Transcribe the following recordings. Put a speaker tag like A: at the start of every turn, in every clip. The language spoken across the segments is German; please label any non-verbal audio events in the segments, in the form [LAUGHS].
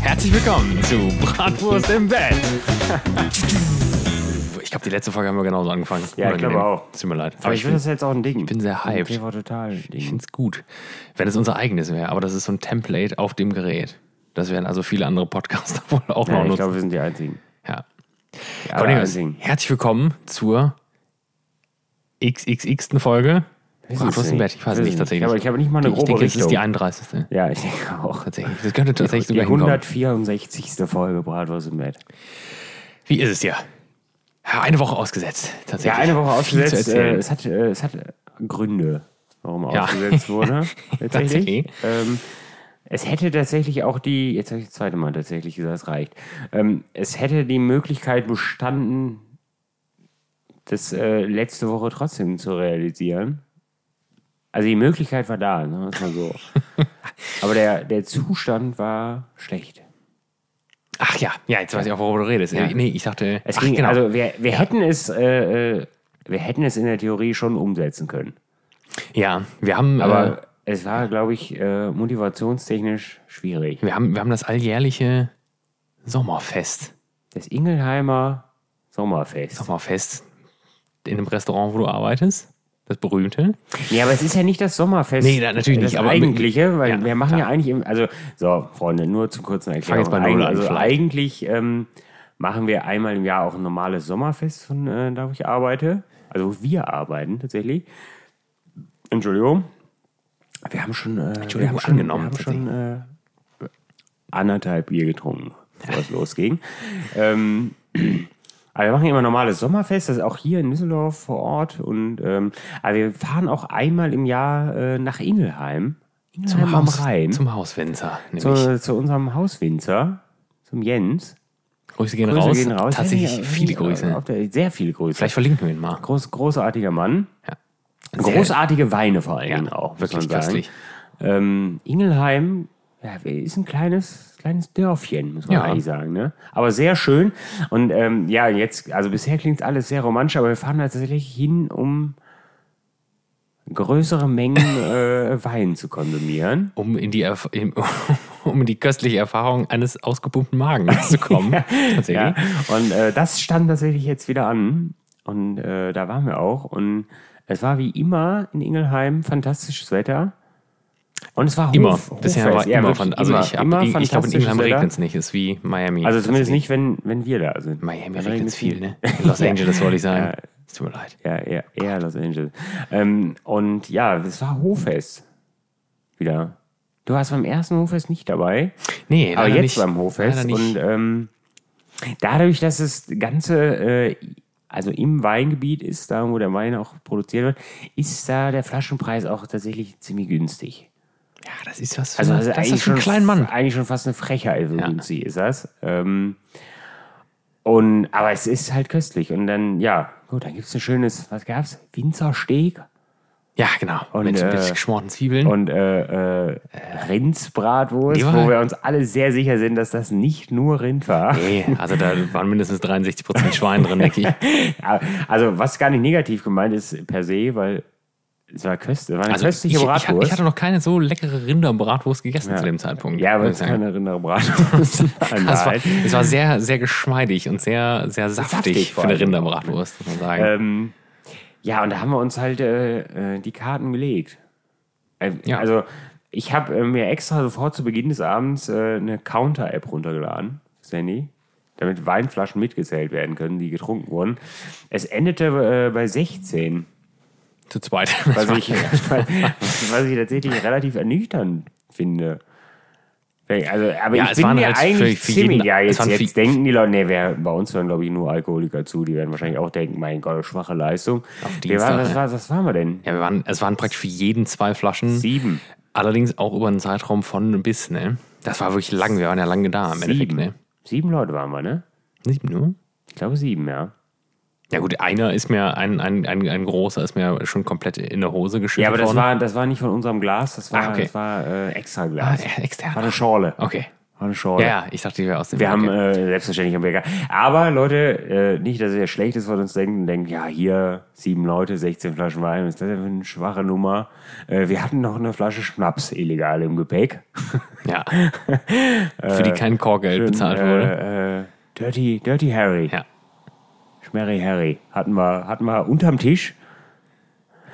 A: herzlich willkommen zu Bratwurst im Bett. Ich glaube, die letzte Folge haben wir genauso angefangen.
B: Ja, ich glaube
A: Unangenehm.
B: auch.
A: Tut mir leid.
B: Aber
A: Aber
B: ich
A: ich
B: finde
A: bin,
B: das jetzt auch ein Ding. Ich
A: bin sehr hyped.
B: Der war total ein
A: ich
B: Ding.
A: finde es gut. Wenn es unser eigenes wäre, aber das ist so ein Template auf dem Gerät. Das werden also viele andere Podcaster [LAUGHS] wohl auch noch
B: Ja, ich
A: nutzen.
B: glaube, wir sind die Einzigen.
A: ja.
B: Die
A: Cornelius,
B: Einzigen.
A: herzlich willkommen zur XXX. Folge.
B: Wissen
A: Bratwurst
B: es
A: im
B: nicht.
A: Bett. Ich weiß es
B: Wissen
A: nicht tatsächlich.
B: Aber ich habe nicht mal eine
A: Ich
B: grobe
A: denke, es
B: Richtung.
A: ist die 31.
B: ja, ich [LAUGHS] denke auch.
A: Tatsächlich. Das könnte tatsächlich
B: Die
A: sogar hinkommen.
B: 164. Folge Bratwurst im Bett.
A: Wie ist es dir? Ja, Eine Woche ausgesetzt, tatsächlich.
B: Ja, eine Woche
A: Viel zu
B: ausgesetzt. Äh,
A: erzählen.
B: es, hat, äh, es hat Gründe, warum
A: Ja.
B: ausgesetzt [LAUGHS] wurde.
A: Tatsächlich.
B: tatsächlich. ähm, es hätte tatsächlich auch die, jetzt habe ich das zweite Mal tatsächlich gesagt, es reicht. Ähm, es hätte die Möglichkeit bestanden, das äh, letzte Woche trotzdem zu realisieren. Also die Möglichkeit war da, sagen wir es mal [LAUGHS] so. Aber der, der Zustand war schlecht.
A: Ach ja, ja, jetzt weiß ich auch, worüber du redest.
B: Ja.
A: Nee, ich dachte,
B: Es
A: ach,
B: ging,
A: genau.
B: also wir, wir hätten es, äh, äh, wir hätten es in der Theorie schon umsetzen können.
A: ja, wir haben, äh,
B: Aber es war, glaube ich, äh, motivationstechnisch schwierig.
A: wir, haben, wir haben das alljährliche Sommerfest.
B: Das Ingelheimer Sommerfest.
A: Sommerfest in einem Restaurant, wo du arbeitest. Das berühmte.
B: Nee, aber es ist ja nicht das Sommerfest.
A: Nee, na, natürlich
B: das
A: nicht, aber-
B: eigentliche, weil
A: Ja,
B: wir machen
A: klar.
B: ja eigentlich, im, also, so, Freunde, nur zum kurzen Erklärung.
A: jetzt bei Null an,
B: also
A: vielleicht.
B: eigentlich ähm, machen wir einmal im Jahr auch ein normales Sommerfest, von äh, da wo ich arbeite. Also wo wir arbeiten tatsächlich. Entschuldigung. Wir haben schon, äh, wir haben
A: wurde
B: schon
A: angenommen,
B: Wir haben schon äh, anderthalb Bier getrunken, bevor
A: [LAUGHS]
B: es losging. Ähm, aber wir machen immer normales Sommerfest, das ist auch hier in Düsseldorf vor Ort. Und ähm, aber wir fahren auch einmal im Jahr äh, nach Ingelheim, Ingelheim am
A: Haus-
B: Rhein,
A: Zum Hauswinzer, nämlich.
B: zu, zu unserem Hauswinzer, zum Jens.
A: Grüße gehen
B: Grüße
A: raus.
B: gehen raus.
A: Tatsächlich
B: Ja, ja,
A: viele
B: ja,
A: Grüße.
B: auf der- Sehr viele Grüße.
A: Vielleicht verlinken wir ihn mal.
B: Groß, großartiger Mann.
A: Ja. Sehr-
B: Großartige Weine vor allen Dingen auch. muss
A: Wirklich
B: man sagen.
A: köstlich.
B: Ähm, Ingelheim ja, ist ein kleines, kleines Dörfchen, muss man
A: Ja.
B: eigentlich sagen. Ne? Aber sehr schön. Und ähm, ja, jetzt, also bisher klingt alles sehr romantisch, aber wir fahren da tatsächlich hin, um
A: [LAUGHS]
B: größere Mengen äh, Wein zu konsumieren.
A: um in die, Erf [LAUGHS] im- um in die köstliche Erfahrung eines ausgepumpten Magens zu [LAUGHS] kommen. Tatsächlich.
B: Ja. Und äh, das stand tatsächlich jetzt wieder an. Und äh, da waren wir auch. Und es war wie immer in Ingelheim fantastisches Wetter. Und es war Hof,
A: Immer.
B: Hoffest.
A: Bisher war
B: Ja,
A: immer,
B: wirklich
A: fan- also
B: immer,
A: ich, hab-
B: immer
A: ich, ich glaube, in England
B: fantastisches Wetter.
A: regnet es nicht. Ist wie Miami.
B: Also zumindest nicht, wenn, wenn wir da sind.
A: Miami regnet
B: Dann
A: es
B: regnet's
A: viel,
B: [LAUGHS]
A: ne? In Los Angeles wollte ich sagen. Es tut mir leid.
B: Ja, eher, eher Los Angeles. Ähm, und ja, es war Hoffest. Wieder. Du warst beim ersten Hoffest nicht dabei,
A: Nee,
B: aber
A: leider nicht.
B: jetzt beim Hoffest.
A: Leider nicht.
B: Und ähm, dadurch, dass das Ganze äh, also im Weingebiet ist, da wo der Wein auch produziert wird, ist da der Flaschenpreis auch tatsächlich ziemlich günstig.
A: ja, das ist was für,
B: Also,
A: Genau, das
B: also
A: ist was
B: eigentlich
A: für
B: schon
A: einen kleinen Mann.
B: Eigentlich schon fast eine Frechheit, so
A: Ja.
B: günstig ist das. Ähm, und, aber es ist halt köstlich. Und dann, ja, gut, dann gibt es ein schönes, was gab's? Winzersteg
A: Ja, genau.
B: Und,
A: mit, mit
B: äh,
A: geschmorten Zwiebeln.
B: und äh, äh, Rindsbratwurst,
A: die war-
B: wo wir uns alle sehr sicher sind, dass das nicht nur Rind war.
A: nee, also da waren mindestens 63% Schwein drin, denke ich.
B: [LAUGHS] Aber- Also, was gar nicht negativ gemeint ist per se, weil es war köstlich, war eine
A: Also ich,
B: köstliche
A: ich,
B: Bratwurst.
A: ich hatte noch keine so leckere Rinderbratwurst gegessen zu dem Zeitpunkt.
B: ja, aber
A: muss ich
B: es war
A: sagen. [LAUGHS]
B: keine Rinderbratwurst.
A: Das war,
B: Nein.
A: es war sehr, sehr geschmeidig und sehr, sehr saftig,
B: Saftig
A: für
B: vor
A: eine
B: allem.
A: Rinderbratwurst, muss man sagen.
B: Ähm, ja, und da haben wir uns halt äh, äh, die Karten gelegt. Äh,
A: Ja.
B: Also, ich habe äh, mir extra sofort zu Beginn des Abends äh, eine Counter-App runtergeladen, fürs Handy, damit Weinflaschen mitgezählt werden können, die getrunken wurden. Es endete äh, bei 16,
A: Zu zweit. [LAUGHS]
B: [LAUGHS] was ich, was ich tatsächlich relativ ernüchternd finde. Also, aber
A: Ja,
B: ich
A: es
B: bin
A: waren
B: ja
A: halt
B: eigentlich
A: für- für
B: ziemlich,
A: jeden-
B: ja,
A: es
B: jetzt,
A: waren für-
B: jetzt denken die Leute, nee, wer, bei uns hören, glaube ich, nur Alkoholiker zu, die werden wahrscheinlich auch denken, mein Gott, schwache Leistung. Wir
A: Dienstag,
B: waren, was,
A: ne?
B: war, was waren wir denn?
A: ja, wir waren, es waren praktisch für jeden zwei Flaschen.
B: Sieben.
A: Allerdings auch über einen Zeitraum von bis, ne? Das war wirklich lang, wir waren ja lange da im Endeffekt,
B: Sieben.
A: ne?
B: Sieben Leute waren wir, ne?
A: Sieben nur?
B: Ich glaube sieben, ja.
A: Ja gut, einer ist mir, ein, ein, ein, ein großer ist mir schon komplett in der Hose geschüttet
B: Ja, aber das
A: worden.
B: war, das war nicht von unserem Glas, das war,
A: Ah, okay.
B: das war äh, extra
A: Ah,
B: Glas.
A: ja, extern.
B: War eine Schorle.
A: Okay.
B: Eine Schorle.
A: Ja, ja, ich dachte, die wäre aus dem
B: Wir haben,
A: okay.
B: äh, selbstverständlich haben wir gar. Aber Leute, äh, nicht, dass ihr das Schlechtes von uns denkt und denkt, ja, hier sieben Leute, 16 Flaschen Wein, ist das denn für eine schwache Nummer? Äh, wir hatten noch eine Flasche Schnaps illegal im Gepäck.
A: ja.
B: [LAUGHS]
A: Für die kein Korkgeld bezahlt wurde.
B: äh, äh, äh, Dirty, Dirty Harry.
A: Ja.
B: Schmerry Harry. Hatten wir, hatten wir unterm Tisch.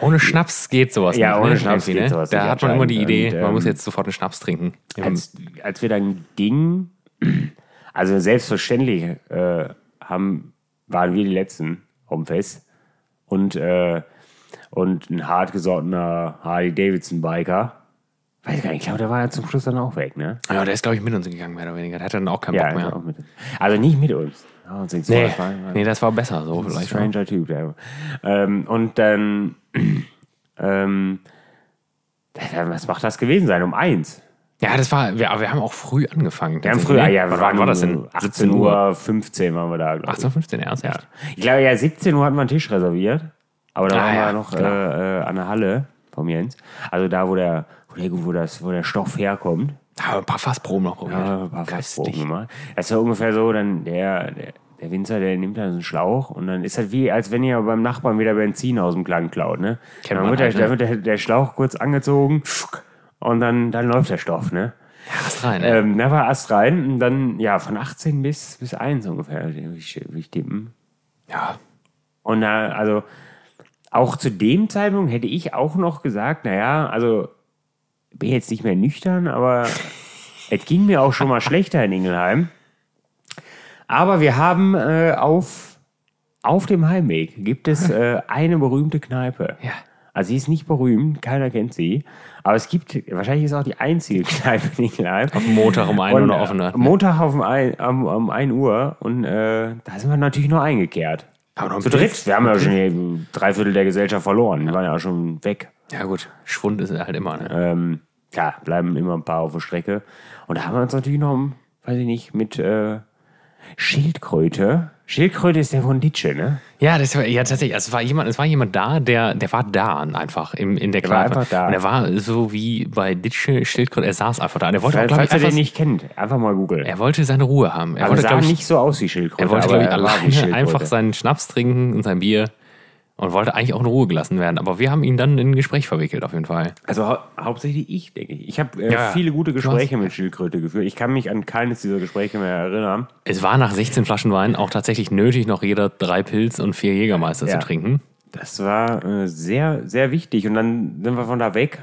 A: Ohne Schnaps geht sowas
B: Ja,
A: nicht.
B: ohne
A: ne?
B: Schnaps
A: Irgendwie,
B: geht sowas
A: Da
B: nicht
A: hat man immer die
B: anscheinend.
A: Idee,
B: Und, ähm,
A: man muss jetzt sofort einen Schnaps trinken. Im-
B: als, als wir dann gingen, also selbstverständlich äh, haben, waren wir die Letzten auf dem Fest und, äh, und ein hartgesottener Harley Davidson Biker. Weiß gar nicht, ich glaube, der war ja zum Schluss dann auch weg, ne?
A: ja, der ist, glaube ich, mit uns gegangen, mehr oder weniger. Der hatte dann auch keinen
B: Ja,
A: Bock
B: also,
A: mehr.
B: auch mit, also nicht mit uns. Ja, uns nee.
A: Nee.
B: war,
A: nee, das war besser so
B: also ein
A: vielleicht.
B: stranger Typ. Der. Ähm, und dann, [CLEARS THROAT] ähm, was macht das gewesen sein? Um eins.
A: Ja, das war, wir, aber wir haben auch früh angefangen.
B: Wir haben früher, ja, wir
A: Also wann
B: waren
A: war das denn?
B: 18 Uhr 15 waren wir da, glaube ich.
A: 18.15 erst?
B: Ja. Ich glaube, ja, 17 Uhr hatten wir einen Tisch reserviert. Aber da
A: Ah,
B: waren
A: ja,
B: wir noch
A: klar.
B: äh, äh, an der Halle vom Jens. Also da, wo der, wo der, wo das, wo der Stoff herkommt.
A: Da haben wir ein paar Fassproben noch probiert.
B: Ja, ein paar Fassproben
A: Köstlich.
B: gemacht. Das ist ja ungefähr so, dann der, der, der Winzer, der nimmt dann so einen Schlauch und dann ist das wie, als wenn ihr beim Nachbarn wieder Benzin aus dem Klang klaut, ne?
A: Kennt
B: Dann
A: man
B: wird, der,
A: halt, ne?
B: dann wird der, der Schlauch kurz angezogen und dann, dann läuft der Stoff, ne?
A: Passt rein, ey.
B: Ähm, da war Ast rein und dann, ja, von 18 bis, bis 1 ungefähr, würde ich, würde ich tippen.
A: Ja.
B: Und da, also, auch zu dem Zeitpunkt hätte ich auch noch gesagt, naja, also, bin jetzt nicht mehr
A: [LAUGHS]
B: nüchtern, aber es ging mir auch schon mal schlechter in Ingelheim. Aber wir haben äh, auf, auf dem Heimweg gibt
A: [LAUGHS]
B: es äh, eine berühmte Kneipe.
A: Ja.
B: Also sie ist nicht berühmt, keiner kennt sie. Aber es gibt, wahrscheinlich ist es auch die
A: [LAUGHS]
B: einzige Kneipe in Ingelheim.
A: Auf dem Montag um ein Uhr
B: Und,
A: noch
B: äh,
A: offen hat.
B: Montag auf um ein, um, um 1 Uhr und äh, da sind wir natürlich nur eingekehrt.
A: Aber noch ein
B: Zu
A: bisschen-
B: dritt. Wir haben ja schon die drei Viertel der Gesellschaft verloren. Die waren ja schon weg.
A: Ja, gut. Schwund ist halt immer, ne?
B: Ähm, klar, bleiben immer ein paar auf der Strecke. Und da haben wir uns natürlich noch, weiß ich nicht, mit äh, Schildkröte. Schildkröte ist der von Ditsche, ne?
A: Ja, das war, ja, tatsächlich. Also, es war jemand, es war jemand da, der, der war da einfach im, in der
B: war
A: Kneipe.
B: einfach da.
A: Und er war so wie bei Ditsche Schildkröte, er saß einfach da. Und er wollte auch, glaube
B: Falls,
A: ich,
B: falls ihr
A: einfach,
B: den nicht kennt, einfach mal googeln.
A: er wollte seine Ruhe haben. Er
B: aber
A: wollte,
B: sah
A: glaube ich,
B: nicht so aus wie Schildkröte.
A: Er wollte,
B: aber
A: glaube ich,
B: war wie
A: alleine [LAUGHS]
B: Schildkröte.
A: einfach seinen Schnaps trinken und sein Bier und wollte eigentlich auch in Ruhe gelassen werden. Aber wir haben ihn dann in ein Gespräch verwickelt, auf jeden Fall.
B: Also hau hauptsächlich ich, denke ich. Ich habe äh,
A: Ja, ja.
B: viele gute
A: Du hast-
B: Gespräche mit Schildkröte geführt. Ich kann mich an keines dieser Gespräche mehr erinnern.
A: Es war nach 16 Flaschen Wein auch tatsächlich nötig, noch jeder drei Pilz und vier Jägermeister
B: Ja.
A: zu trinken.
B: Das war äh, sehr, sehr wichtig. Und dann sind wir von da weg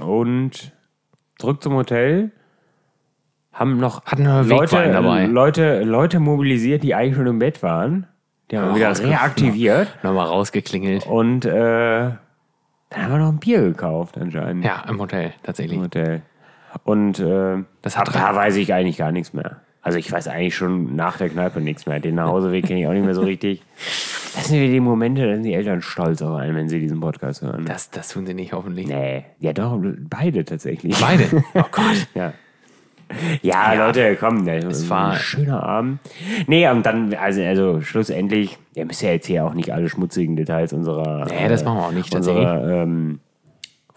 B: und zurück zum Hotel. Haben noch
A: Hatten wir
B: Leute,
A: Wegwein dabei.
B: Leute, Leute mobilisiert, die eigentlich schon im Bett waren. Die haben wir
A: Ja,
B: wieder
A: rausgefunden.
B: reaktiviert.
A: Nochmal rausgeklingelt.
B: Und äh, dann haben wir noch ein Bier gekauft anscheinend
A: Ja, im Hotel tatsächlich.
B: im Hotel. Und äh,
A: Das
B: ab
A: hat
B: da weiß ich eigentlich gar nichts mehr. Also ich weiß eigentlich schon nach der Kneipe nichts mehr. Den Nachhauseweg kenne ich auch nicht mehr so richtig. Das sind wieder die Momente, da sind die Eltern stolz auf einen, wenn sie diesen Podcast hören.
A: Das, das tun sie nicht hoffentlich.
B: Nee. Ja, doch, beide tatsächlich. [LAUGHS]
A: Beide. Oh Gott.
B: Ja. Ja,
A: Ja.
B: Leute, komm, es
A: war-
B: ein schöner Abend. Nee, und dann, also, also schlussendlich, ihr müsst ja jetzt hier auch nicht alle schmutzigen Details unserer, äh,
A: Nee, das machen wir auch nicht,
B: unserer ähm,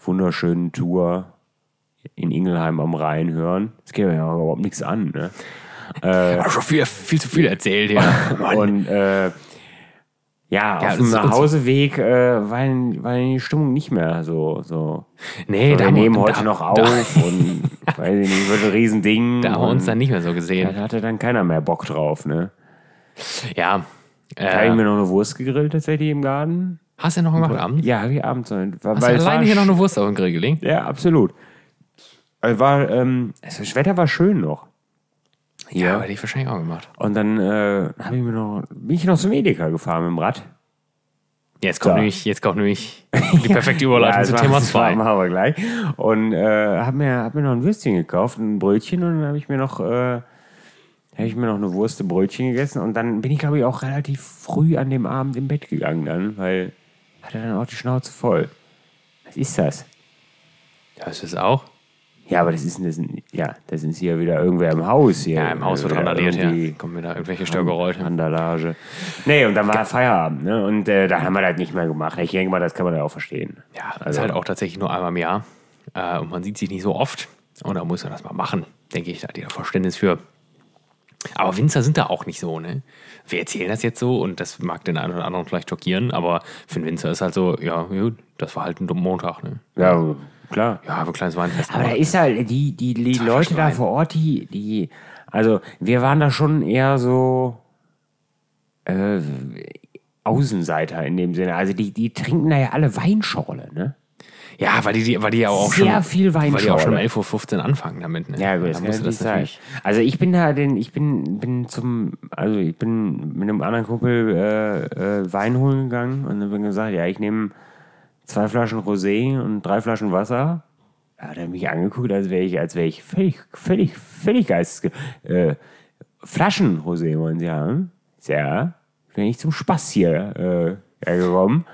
B: wunderschönen Tour in Ingelheim am Rhein hören. Das geht mir ja überhaupt nichts an. Ne?
A: Ich hab schon viel, viel zu viel erzählt hier.
B: Äh. [LAUGHS] Und äh, ja, auf
A: das
B: dem
A: ist uns-
B: Nachhauseweg äh, war, war die Stimmung nicht mehr so. so.
A: Nee,
B: wir
A: haben wir-
B: nehmen heute noch auf
A: Da,
B: und [LAUGHS] weiß ich nicht, wird ein
A: [LAUGHS]
B: Riesending.
A: da haben wir
B: und-
A: uns dann nicht mehr so
B: Ja,
A: gesehen.
B: da hatte dann keiner mehr Bock drauf, ne?
A: Ja.
B: Da habe ich
A: Äh,
B: mir noch eine Wurst gegrillt tatsächlich im Garten.
A: hast du noch gemacht abends?
B: Ja, wie abends. Hast
A: Hast du alleine hier noch eine Wurst auf den Grill gelegt?
B: Ja, absolut. Äh, War, ähm, es- das Wetter war schön noch.
A: Ja, hätte ich wahrscheinlich auch gemacht.
B: Und dann äh, habe ich mir noch, bin ich noch zum Edeka gefahren mit dem Rad.
A: Jetzt kommt
B: So.
A: nämlich, jetzt kommt
B: [LAUGHS]
A: nämlich die perfekte Überleitung
B: das
A: zu
B: machen-
A: Thema
B: das machen
A: 2.
B: wir gleich. Und äh, habe mir, hab mir noch ein Würstchen gekauft, ein Brötchen und dann habe ich mir noch... Äh, habe ich mir noch eine Wurst, ein Brötchen gegessen und dann bin ich, glaube ich, auch relativ früh an dem Abend im Bett gegangen dann, weil hatte dann auch die Schnauze voll. Was ist das?
A: Das ist auch.
B: Ja, aber das ist, das, ja, das ist hier wieder irgendwer im Haus hier.
A: Ja, im Haus wird
B: Äh,
A: randaliert, ja.
B: irgendwie
A: Kommen wieder irgendwelche Störgeräusche.
B: Randalage. Nee, und dann war Feierabend, ne? Und äh, da haben wir das nicht mehr gemacht. Ich denke mal, das kann man ja auch verstehen.
A: Ja, ist halt auch tatsächlich nur einmal im Jahr. Äh, und man sieht sich nicht so oft. Und da muss man das mal machen, denke ich, da hat jeder Verständnis für. Aber Winzer sind da auch nicht so, ne? Wir erzählen das jetzt so und das mag den einen oder anderen vielleicht schockieren, aber für einen Winzer ist halt so, ja, gut, das war halt ein dummer Montag, ne?
B: Ja, klar.
A: Ja, aber ein kleines Weinfest.
B: Aber da ist halt, die, die, die
A: Zwei
B: Leute da
A: Schweine.
B: vor Ort, die, die, also wir waren da schon eher so äh, Außenseiter in dem Sinne. Also die, die trinken da ja alle Weinschorle, ne?
A: ja, weil die, die, weil die ja auch
B: Sehr
A: schon,
B: viel Weinschorle.
A: weil die auch schon um 11.15 Uhr anfangen damit, ne?
B: Ja, gut,
A: Dann
B: das
A: musst
B: kann
A: du
B: das sein. Also ich bin da den, ich bin, bin zum, also ich bin mit einem anderen Kumpel äh, äh, Wein holen gegangen und dann bin gesagt, ja, ich nehme zwei Flaschen Rosé und drei Flaschen Wasser. Da hat er mich angeguckt, als wäre ich, als wäre ich völlig, völlig, völlig geistesge. Äh, Flaschen Rosé wollen sie haben. Ich sag, Ja, ich bin nicht zum Spaß hier äh, hergekommen.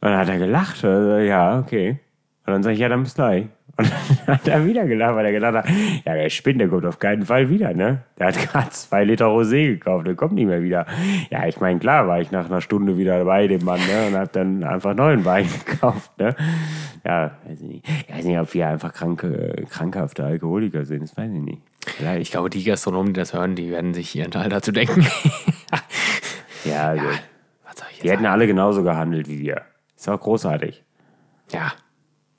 B: Und dann hat er gelacht. Also, ja, okay. Und dann sage ich, ja, dann bis gleich. [LAUGHS] Und dann hat er wieder gelacht, weil er gedacht hat, ja, der Spinner der kommt auf keinen Fall wieder, ne? Der hat [LAUGHS] gerade zwei Liter Rosé gekauft, der kommt nicht mehr wieder. Ja, ich meine, klar war ich nach einer Stunde wieder bei dem Mann, ne? Und hab dann einfach neuen Wein [LAUGHS] gekauft, ne? Ja, weiß ich nicht. Ich weiß nicht, ob wir einfach kranke, krankhafte Alkoholiker sind, das weiß ich nicht. Vielleicht.
A: Ich glaube, die Gastronomen, die das hören, die werden sich ihren Teil dazu denken. [LAUGHS]
B: Ja, also,
A: Was soll ich jetzt
B: die hätten
A: sagen?
B: alle genauso gehandelt wie wir. Ist auch großartig.
A: Ja.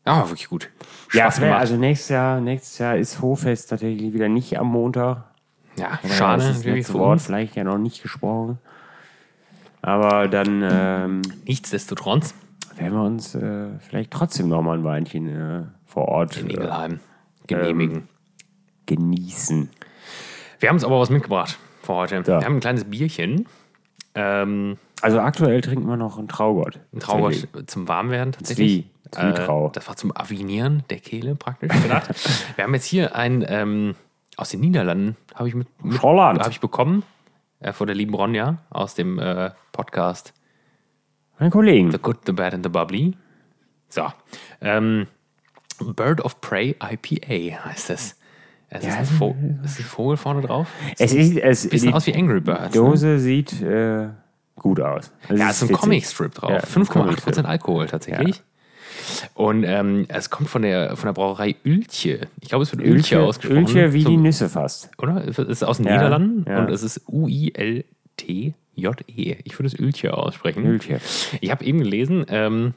A: Ja, war wirklich gut.
B: Ja,
A: Spaß
B: es wär,
A: gemacht.
B: also nächstes Jahr, nächstes Jahr ist Hoffest tatsächlich wieder nicht am Montag.
A: ja, schade.
B: Schade, das ist das
A: natürlich
B: letzte
A: für
B: also Wort
A: uns.
B: vielleicht ja noch nicht gesprochen. Aber dann
A: Hm.
B: ähm,
A: Nichtsdestotrotz
B: werden wir uns äh, vielleicht trotzdem nochmal ein Weinchen äh, vor Ort
A: in
B: äh,
A: Ingelheim genehmigen.
B: Ähm. genießen.
A: Wir haben uns aber was mitgebracht für heute. Wir haben ein kleines Bierchen. Ähm,
B: Also aktuell trinken wir noch einen Traugott.
A: ein Traugott zum Warmwerden tatsächlich.
B: Zwie. Zwietrau.
A: Äh, das war zum Avinieren der Kehle praktisch gedacht.
B: [LAUGHS]
A: Wir haben jetzt hier ein ähm, aus den Niederlanden, habe ich mit, mit
B: Holland.
A: habe ich bekommen, äh, von der lieben Ronja aus dem äh, Podcast
B: Mein Kollegen.
A: The Good, the Bad and the Bubbly. So. Ähm, Bird of Prey IPA heißt es. Es ist, ein Vo- ist ein Vogel vorne drauf.
B: Es ist, es,
A: Bisschen
B: die
A: aus wie Angry Birds. ne?
B: Dose sieht äh, gut aus.
A: Ja, es ist ein
B: witzig.
A: Comic-Strip drauf.
B: Ja, es ist ein
A: 5,8%
B: Comic-Strip.
A: Alkohol tatsächlich. Und ähm, es kommt von der, von der Brauerei Ülche. Ich glaube, es wird Ülche,
B: Ölche,
A: ausgesprochen.
B: Ölche wie
A: So,
B: die Nüsse fast.
A: oder? Es ist aus den
B: Ja,
A: Niederlanden
B: ja.
A: und es ist U-I-L-T-J-E. E. Ich würde es Ülche aussprechen.
B: Ölche.
A: Ich habe eben gelesen, ähm,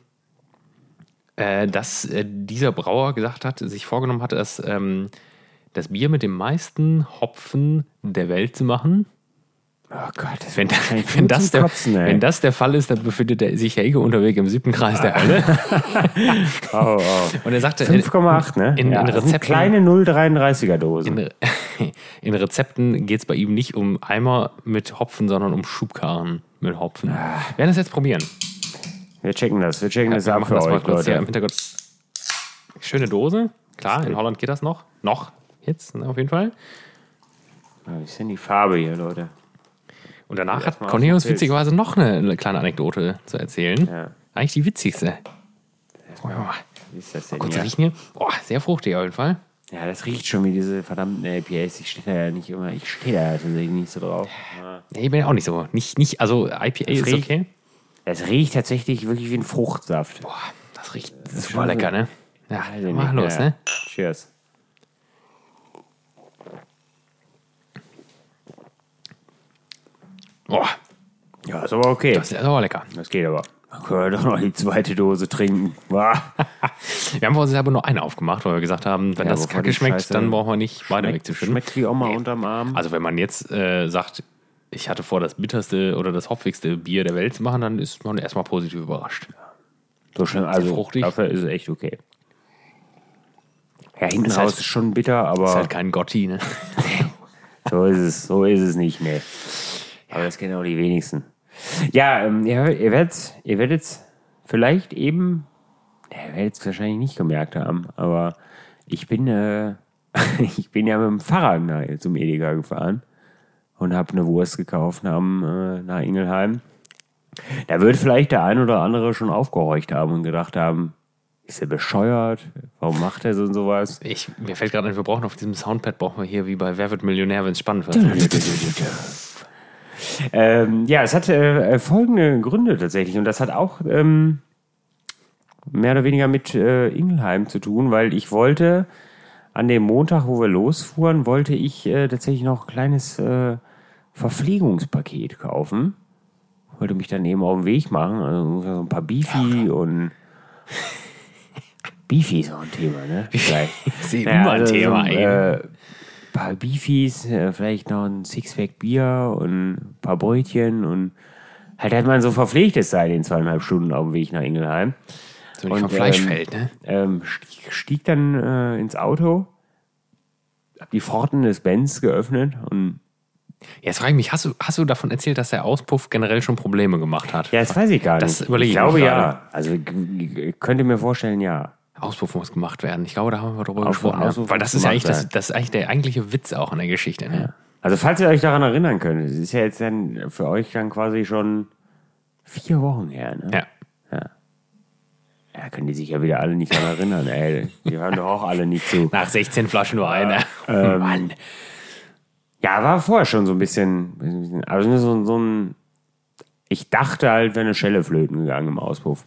A: äh, dass äh, dieser Brauer gesagt hat, sich vorgenommen hat, dass, ähm, das Bier mit dem meisten Hopfen der Welt zu machen.
B: Oh Gott, das
A: Wenn, da,
B: kann ich
A: wenn,
B: gut
A: das
B: zum
A: der,
B: Kotzen, ey.
A: wenn das der Fall ist, dann befindet er sich Helge unterwegs im siebten Kreis der Hölle.
B: Oh, oh.
A: [LAUGHS] Und er sagte, in,
B: 5,8, ne?
A: in- in
B: das sind
A: Rezepten-
B: Kleine 0,33er Dosen.
A: in, in Rezepten geht es bei ihm nicht um Eimer mit Hopfen, sondern um Schubkarren mit Hopfen. Wir werden das jetzt probieren.
B: Wir checken das, wir checken das
A: wir
B: ab
A: machen
B: für
A: das mal
B: euch,
A: kurz hier im
B: Leute.
A: Hintergrund. Schöne Dose. Klar, in Holland geht das noch. Noch. Jetzt ne, auf jeden Fall.
B: Ah, Wie ist denn die Farbe hier, Leute?
A: Und danach hat
B: Erstmal auf
A: Cornelius
B: den Pilz.
A: witzigerweise noch eine kleine Anekdote zu erzählen.
B: Ja.
A: Eigentlich die witzigste. Wollen wir mal
B: Wie ist das denn
A: kurz
B: hier?
A: riechen hier? Boah, sehr fruchtig auf jeden Fall.
B: Ja, das riecht schon wie diese verdammten LPS. Ich stehe da ja nicht immer, ich stehe da tatsächlich nicht so drauf.
A: Nee, ich bin ja auch nicht so. Nicht, nicht, also IPA ist
B: riecht-
A: okay.
B: Es riecht tatsächlich wirklich wie ein Fruchtsaft.
A: Boah, das riecht
B: schon
A: super
B: so-
A: lecker, ne? Ja,
B: Weiß ich
A: mach
B: nicht,
A: los,
B: ja.
A: ne?
B: Cheers.
A: Boah,
B: Ja, ist aber okay.
A: das ist aber lecker.
B: Das geht aber. Dann können wir doch noch die zweite Dose trinken. Wah.
A: Wir haben vor uns aber nur eine aufgemacht, weil wir gesagt haben, wenn
B: Ja,
A: das
B: bevor
A: kacke
B: die
A: schmeckt,
B: Scheiße
A: dann brauchen wir nicht weiter wegzuschieben.
B: Schmeckt wie Oma unterm Arm.
A: Also wenn man jetzt äh, sagt, ich hatte vor, das bitterste oder das hopfigste Bier der Welt zu machen, dann ist man erstmal positiv überrascht.
B: So schön, also
A: fruchtig.
B: dafür ist es echt okay. Ja, hinten
A: Ist halt-
B: raus ist schon bitter, aber
A: Ist halt kein Gotti, ne?
B: so ist es, so ist es nicht, ne. Aber das kennen auch die wenigsten. Ja, ähm, ihr, ihr werdet ihr werdet's vielleicht eben, ja, ihr werdet es wahrscheinlich nicht gemerkt haben, aber ich bin, äh, [LAUGHS] ich bin ja mit dem Fahrrad nach, zum Edeka gefahren und habe eine Wurst gekauft nach, äh, nach Ingelheim. Da wird vielleicht der ein oder andere schon aufgehorcht haben und gedacht haben, ist er bescheuert? Warum macht er so und sowas?
A: Ich, mir fällt gerade ein, wir brauchen auf diesem Soundpad, brauchen wir hier wie bei Wer wird Millionär, wenn es spannend [LAUGHS] wird.
B: äh, Ähm, ja, es hat äh, folgende Gründe tatsächlich und das hat auch ähm, mehr oder weniger mit äh, Ingelheim zu tun, weil ich wollte an dem Montag, wo wir losfuhren, wollte ich äh, tatsächlich noch ein kleines äh, Verpflegungspaket kaufen. Wollte mich dann eben auf den Weg machen. Also so ein paar Beefy und Beefy ist auch ein Thema, ne? Vielleicht.
A: Ist eh
B: Naja,
A: immer ein
B: also so
A: Thema,
B: ein,
A: ey.
B: äh, paar Beefies, äh, vielleicht noch ein Sixpack Bier und ein paar Brötchen und halt hat man so verpflegt es sei in zweieinhalb Stunden auf dem Weg nach Ingelheim.
A: so nicht
B: und,
A: vom Fleisch
B: ähm,
A: fällt, ne?
B: Ähm, stieg, stieg dann äh, ins Auto, hab die Pforten des Benz geöffnet und
A: Jetzt frage ich mich, hast du, hast du davon erzählt, dass der Auspuff generell schon Probleme gemacht hat?
B: ja, das weiß ich gar nicht.
A: Das überlege ich
B: ich glaube
A: mir gerade.
B: ja. Also g- ich könnte mir vorstellen, ja.
A: Auspuff muss gemacht werden. Ich glaube, da haben wir drüber
B: Auspuff-
A: gesprochen. Ja.
B: Auspuff
A: Weil das
B: muss
A: ist ja eigentlich,
B: gemacht
A: das,
B: werden.
A: das ist eigentlich der eigentliche Witz auch an der Geschichte. Ne?
B: Also falls ihr euch daran erinnern könnt, es ist ja jetzt dann für euch dann quasi schon vier Wochen her, ne?
A: Ja.
B: Ja, können die sich ja wieder alle nicht daran erinnern, ey. Die hören doch auch alle nicht zu.
A: Nach 16 Flaschen nur
B: [LAUGHS]
A: eine.
B: Ähm,
A: Mann.
B: Ja, war vorher schon so ein bisschen. Also nur so, so ein. Ich dachte halt, wäre eine Schelle flöten gegangen im Auspuff.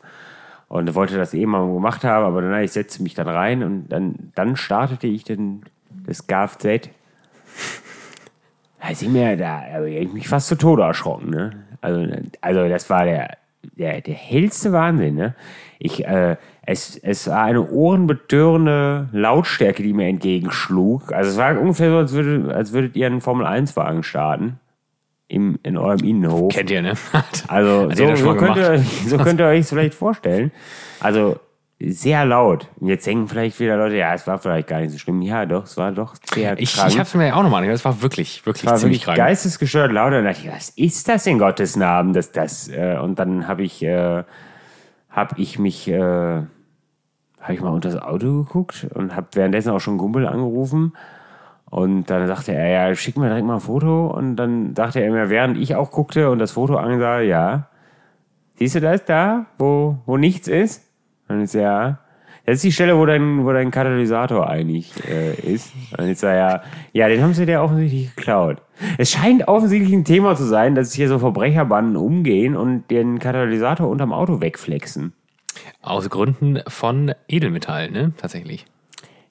B: Und wollte das eben mal gemacht haben, aber dann, ich setzte mich dann rein und dann, dann startete ich den, das [LAUGHS] Kfz. Da sind mir da, da hab ich mich fast zu Tode erschrocken, ne? Also, also das war der, der, der hellste Wahnsinn, ne? Ich, äh, es, es war eine ohrenbetörende Lautstärke, die mir entgegenschlug. Also es war ungefähr so, als, würde, als würdet ihr einen Formel-1-Wagen starten. Im, in eurem Innenhof.
A: Kennt ihr, ne? Hat-
B: Also
A: hat
B: so,
A: jeder schon
B: so,
A: mal
B: könnt ihr,
A: gemacht. [LAUGHS]
B: euch- so könnt ihr euch es vielleicht vorstellen. Also sehr laut. Und jetzt denken vielleicht wieder Leute, ja, es war vielleicht gar nicht so schlimm. Ja, doch, es war doch sehr
A: Ich, ich
B: krank.
A: habe es mir ja auch nochmal angehört. Es war wirklich, wirklich
B: war
A: ziemlich
B: wirklich
A: krank.
B: geistesgestört laut. Und dachte ich, was ist das in Gottes Namen? Das, das, äh, und dann habe ich, äh, hab ich mich, äh, habe ich mal unter das Auto geguckt und habe währenddessen auch schon Gumpel angerufen. Und dann sagte er, ja, schick mir direkt mal ein Foto. Und dann sagte er mir, während ich auch guckte und das Foto ansah, ja, siehst du das da, wo, wo nichts ist? Und ich so, ja. Das ist die Stelle, wo dein, wo dein Katalysator eigentlich äh, ist. Und ich sage ja, ja, den haben sie dir offensichtlich geklaut. Es scheint offensichtlich ein Thema zu sein, dass hier so Verbrecherbanden umgehen und den Katalysator unterm Auto wegflexen.
A: Aus Gründen von Edelmetall, ne? Tatsächlich.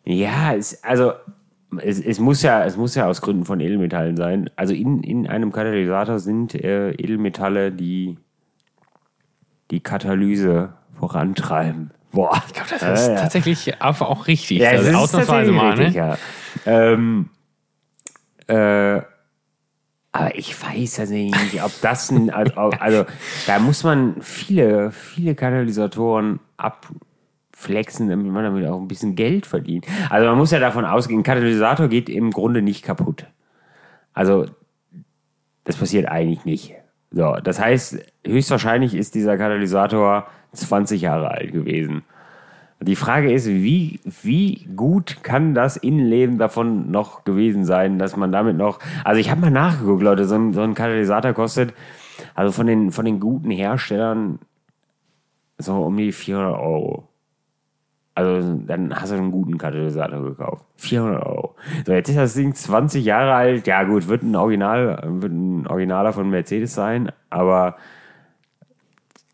B: Ja, es, also es, es, muss ja, es muss ja aus Gründen von Edelmetallen sein. Also in, in einem Katalysator sind äh, Edelmetalle, die die Katalyse vorantreiben. Boah, ich glaube,
A: Das ist tatsächlich aber auch richtig.
B: Ja,
A: Also
B: es ist
A: ausnahmsweise
B: tatsächlich
A: mal,
B: richtig,
A: ne?
B: ja. Ähm, äh, aber ich weiß tatsächlich nicht, ob
A: [LAUGHS]
B: das ein, also, ob- also da muss man viele, viele Katalysatoren abflexen, damit man damit auch ein bisschen Geld verdient. Also man muss ja davon ausgehen, ein Katalysator geht im Grunde nicht kaputt. Also das passiert eigentlich nicht. So, das heißt, höchstwahrscheinlich ist dieser Katalysator 20 Jahre alt gewesen. Die Frage ist, wie, wie gut kann das Innenleben davon noch gewesen sein, dass man damit noch. Also ich habe mal nachgeguckt, Leute, so ein, so ein Katalysator kostet, also von den, von den guten Herstellern so um die 400 Euro. Also dann hast du einen guten Katalysator gekauft. 400 Euro. So, jetzt ist das Ding 20 Jahre alt. Ja gut, wird ein Original, wird ein Originaler von Mercedes sein, aber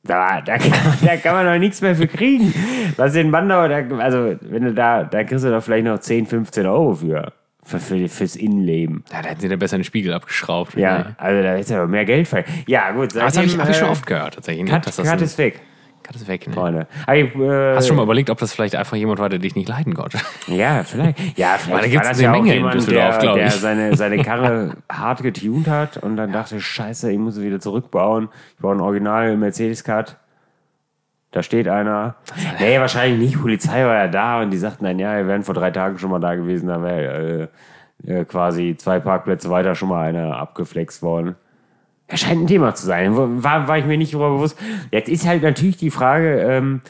B: da, da, kann, da kann man doch nichts mehr für kriegen. Was den Mann da, da- also wenn du da, da kriegst du doch vielleicht noch 10, 15 Euro für. Für, für fürs Innenleben.
A: Ja, da hätten sie dann besser den Spiegel abgeschraubt.
B: Ja,
A: Ne?
B: also da ist ja mehr Geld frei. Ja, gut, seitdem,
A: Aber Das habe ich, hab ich schon
B: äh,
A: oft gehört, tatsächlich. ne?
B: Cut,
A: Dass das
B: Cut
A: ein-
B: ist weg,
A: Cut ist weg, ne?
B: Freunde. Aber ich, äh,
A: Hast du schon mal überlegt, ob das vielleicht einfach jemand war, der dich nicht leiden
B: [LAUGHS]
A: konnte?
B: Ja, vielleicht. Ja, vielleicht
A: Weil da gibt's
B: war das
A: eine
B: ja
A: Menge
B: auch
A: in
B: jemand,
A: Düsseldorf,
B: der,
A: glaub
B: der
A: ich.
B: seine, seine Karre hart getuned hat und dann dachte, scheiße, ich muss sie wieder zurückbauen. Ich brauche einen Original Mercedes-Cut. Da steht einer. Nee, wahrscheinlich nicht. Polizei war ja da und die sagten dann, ja, wir wären vor drei Tagen schon mal da gewesen. Da wäre äh, äh, quasi zwei Parkplätze weiter schon mal einer abgeflext worden. Das scheint ein Thema zu sein. War, war ich mir nicht darüber bewusst. Jetzt ist halt natürlich die Frage, ähm,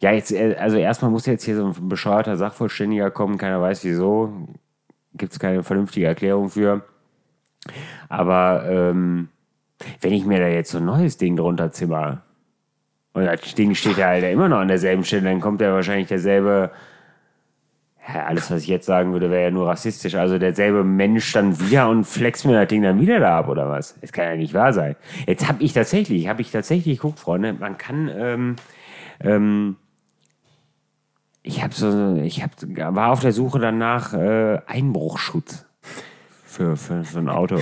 B: ja, jetzt, äh, also erstmal muss jetzt hier so ein bescheuerter Sachverständiger kommen, keiner weiß wieso. Gibt es keine vernünftige Erklärung für. Aber ähm, wenn ich mir da jetzt so ein neues Ding drunter zimmer und das Ding steht ja halt immer noch an derselben Stelle, dann kommt ja wahrscheinlich derselbe. Ja, alles, was ich jetzt sagen würde, wäre ja nur rassistisch. Also derselbe Mensch dann wieder und flext mir das Ding dann wieder da ab oder was? Das kann ja nicht wahr sein. Jetzt habe ich tatsächlich, habe ich tatsächlich geguckt, Freunde, man kann ähm, ähm, Ich hab so, ich hab, war auf der Suche danach äh, Einbruchschutz für, für so ein Auto.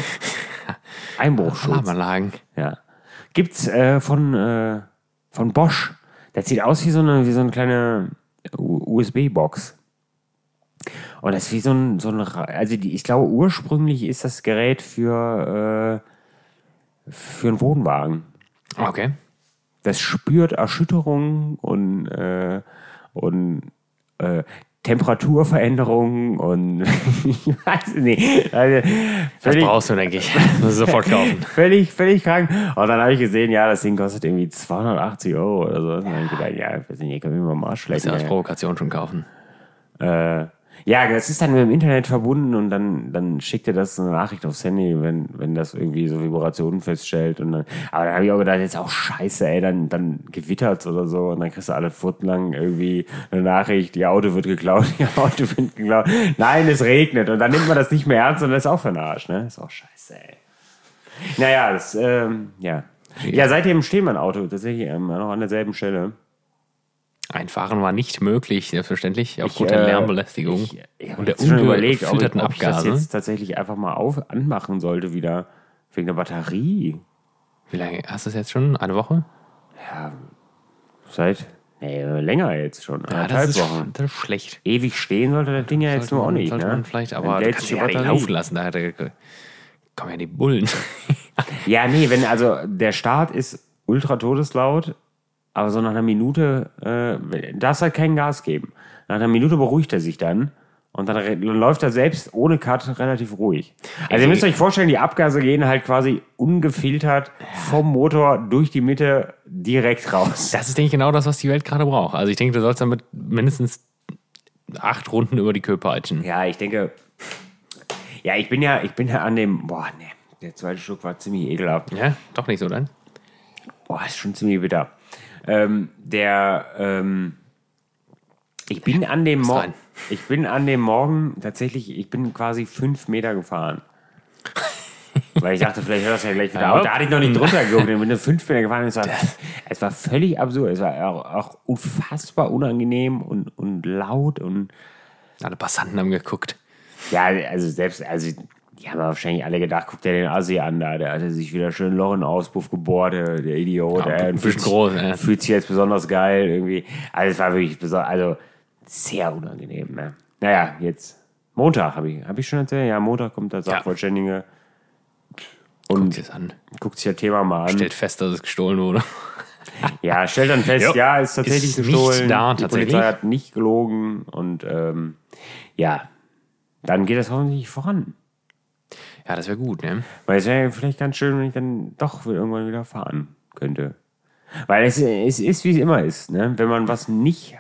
B: Einbruchschutz.
A: Alarmanlagen.
B: Ja. Gibt's äh, von, äh, von Bosch. Das sieht aus wie so eine, wie so eine kleine äh, USB-Box. Und das ist wie so ein, so ein Ra- also die, ich glaube, ursprünglich ist das Gerät für, äh, für einen Wohnwagen.
A: Ah, Okay.
B: Das spürt Erschütterungen und, äh, und äh, Temperaturveränderungen und [LAUGHS] ich weiß nicht. Also,
A: Das
B: völlig-
A: brauchst du, denke
B: [LAUGHS]
A: ich. Muss ich sofort kaufen.
B: Völlig, völlig krank. Und dann habe ich gesehen, ja, das Ding kostet irgendwie 280 Euro oder so. Und dann habe ich gedacht, ja, weiß nicht, hier können wir mal am Arsch
A: Muss ja aus
B: lecken.
A: Provokation schon kaufen.
B: Ja, äh, ja, das ist dann mit dem Internet verbunden und dann, dann schickt er das eine Nachricht aufs Handy, wenn, wenn das irgendwie so Vibrationen feststellt. Und dann, aber dann habe ich auch gedacht, jetzt auch scheiße, ey, dann, dann gewittert's oder so und dann kriegst du alle Furtlang irgendwie eine Nachricht, ihr Auto wird geklaut, [LAUGHS] ihr Auto wird geklaut. Nein, es regnet. Und dann nimmt man das nicht mehr ernst und das ist auch für den Arsch, ne? Ist auch scheiße, ey. Naja, das, ähm, ja. Ja, seitdem steht mein Auto tatsächlich ähm, noch an derselben Stelle.
A: Einfahren war nicht möglich, selbstverständlich, aufgrund
B: Ich,
A: der
B: äh,
A: Lärmbelästigung
B: Ich, ich hab
A: und der
B: jetzt schon überlegt, ob, ich-
A: ungefilterten
B: ob ich das
A: Abgase.
B: jetzt tatsächlich einfach mal auf, anmachen sollte wieder. Wegen der Batterie.
A: Wie lange hast du es jetzt schon? Eine Woche?
B: Ja, seit nee, länger jetzt schon.
A: Ja,
B: Anderthalb
A: ist,
B: Wochen.
A: Ah, das ist schlecht.
B: Ewig stehen sollte das Ding ja jetzt nur auch
A: man-
B: nicht.
A: sollte
B: ne?
A: man vielleicht,
B: Dann
A: aber du
B: lädt
A: kannst
B: die
A: ja nicht
B: Batterie.
A: laufen lassen. Da da- da kommen ja die Bullen. [LAUGHS]
B: Ja, nee, wenn, also der Start ist ultra todeslaut, aber so nach einer Minute äh, darfst halt kein Gas geben. Nach einer Minute beruhigt er sich dann und dann, re- dann läuft er selbst ohne Cut relativ ruhig. Also ihr müsst euch vorstellen, die Abgase gehen halt quasi ungefiltert vom Motor durch die Mitte direkt raus.
A: Das ist, denke ich, genau das, was die Welt gerade braucht. Also ich denke, du sollst damit mindestens acht Runden über die Köhe peitschen.
B: [LAUGHS] Ja, ich denke, ja, ich bin ja, ich bin ja an dem, boah, ne, der zweite Schluck war ziemlich ekelhaft.
A: Ja, doch nicht so dann.
B: Boah, ist schon ziemlich bitter. Ähm, der, ähm, ich bin an dem Morgen,
A: rein.
B: ich bin an dem Morgen tatsächlich, ich bin quasi fünf Meter gefahren. Weil ich dachte, vielleicht hört das ja gleich wieder.
A: Ja,
B: Aber
A: hopp.
B: da hatte ich noch nicht drunter geguckt. Ich bin fünf Meter gefahren. Es war, es war völlig absurd. Es war auch, auch unfassbar unangenehm und, und laut und
A: Alle Passanten haben geguckt.
B: ja, also selbst, also die haben wahrscheinlich alle gedacht, guck dir den Assi an da, der hatte sich wieder schön ein Loch in den Auspuff gebohrt, der, der Idiot.
A: Ja,
B: ey,
A: ein
B: und
A: bisschen
B: fühlt-
A: groß, ja.
B: Fühlt sich jetzt besonders geil irgendwie. Also es war wirklich besonders, also sehr unangenehm, ne? Naja, jetzt Montag habe ich, habe ich schon erzählt, ja, Montag kommt der Sachverständige,
A: Guckt sie es an.
B: guckt sich das Thema mal an.
A: Stellt fest, dass es gestohlen wurde.
B: Ja, stellt dann fest,
A: Jo.
B: ja, ist tatsächlich
A: Ist nicht
B: gestohlen.
A: da,
B: die
A: tatsächlich.
B: Polizei hat nicht gelogen und ähm, ja, dann geht das hoffentlich voran.
A: [LAUGHS] Ja, das wäre gut, ne?
B: Weil es wäre ja vielleicht ganz schön, wenn ich dann doch wieder irgendwann wieder fahren könnte. Weil es, es ist, wie es immer ist. Ne? Wenn man was nicht,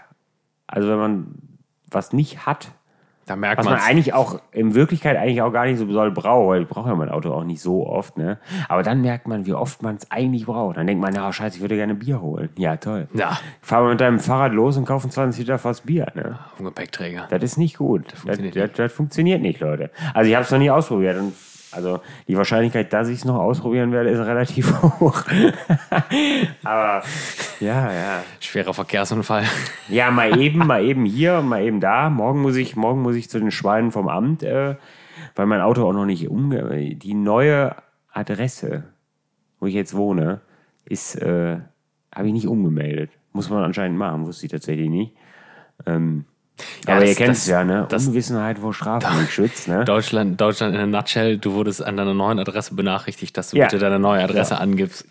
B: also wenn man was nicht hat,
A: Da merkt
B: was man
A: man's.
B: eigentlich auch in Wirklichkeit eigentlich auch gar nicht so doll braucht, weil ich brauche ja mein Auto auch nicht so oft. Ne? Aber dann merkt man, wie oft man es eigentlich braucht. Dann denkt man, ja, scheiße, ich würde gerne Bier holen. Ja, toll.
A: Ja,
B: Fahr mal mit deinem Fahrrad los und kauf ein 20 Liter Fass Bier. Ne?
A: auf dem Gepäckträger.
B: Das ist nicht gut. Das
A: funktioniert
B: das, das, funktioniert nicht, Leute. Also ich habe es noch nie ausprobiert. Und also die Wahrscheinlichkeit, dass ich es noch ausprobieren werde, ist relativ [LAUGHS] hoch. Aber ja, ja.
A: Schwerer Verkehrsunfall. [LAUGHS]
B: Ja, mal eben, mal eben hier, mal eben da. Morgen muss ich, morgen muss ich zu den Schweinen vom Amt, äh, weil mein Auto auch noch nicht umge... Die neue Adresse, wo ich jetzt wohne, ist, äh, habe ich nicht umgemeldet. Muss man anscheinend machen, wusste ich tatsächlich nicht. Ähm,
A: Ja,
B: aber
A: das-
B: ihr kennt es
A: das-
B: ja, ne?
A: das-
B: Unwissenheit vor Strafe nicht schützt, ne?
A: Deutschland, Deutschland in a nutshell, du wurdest an deiner neuen Adresse benachrichtigt, dass du
B: Ja.
A: bitte deine neue Adresse angibst.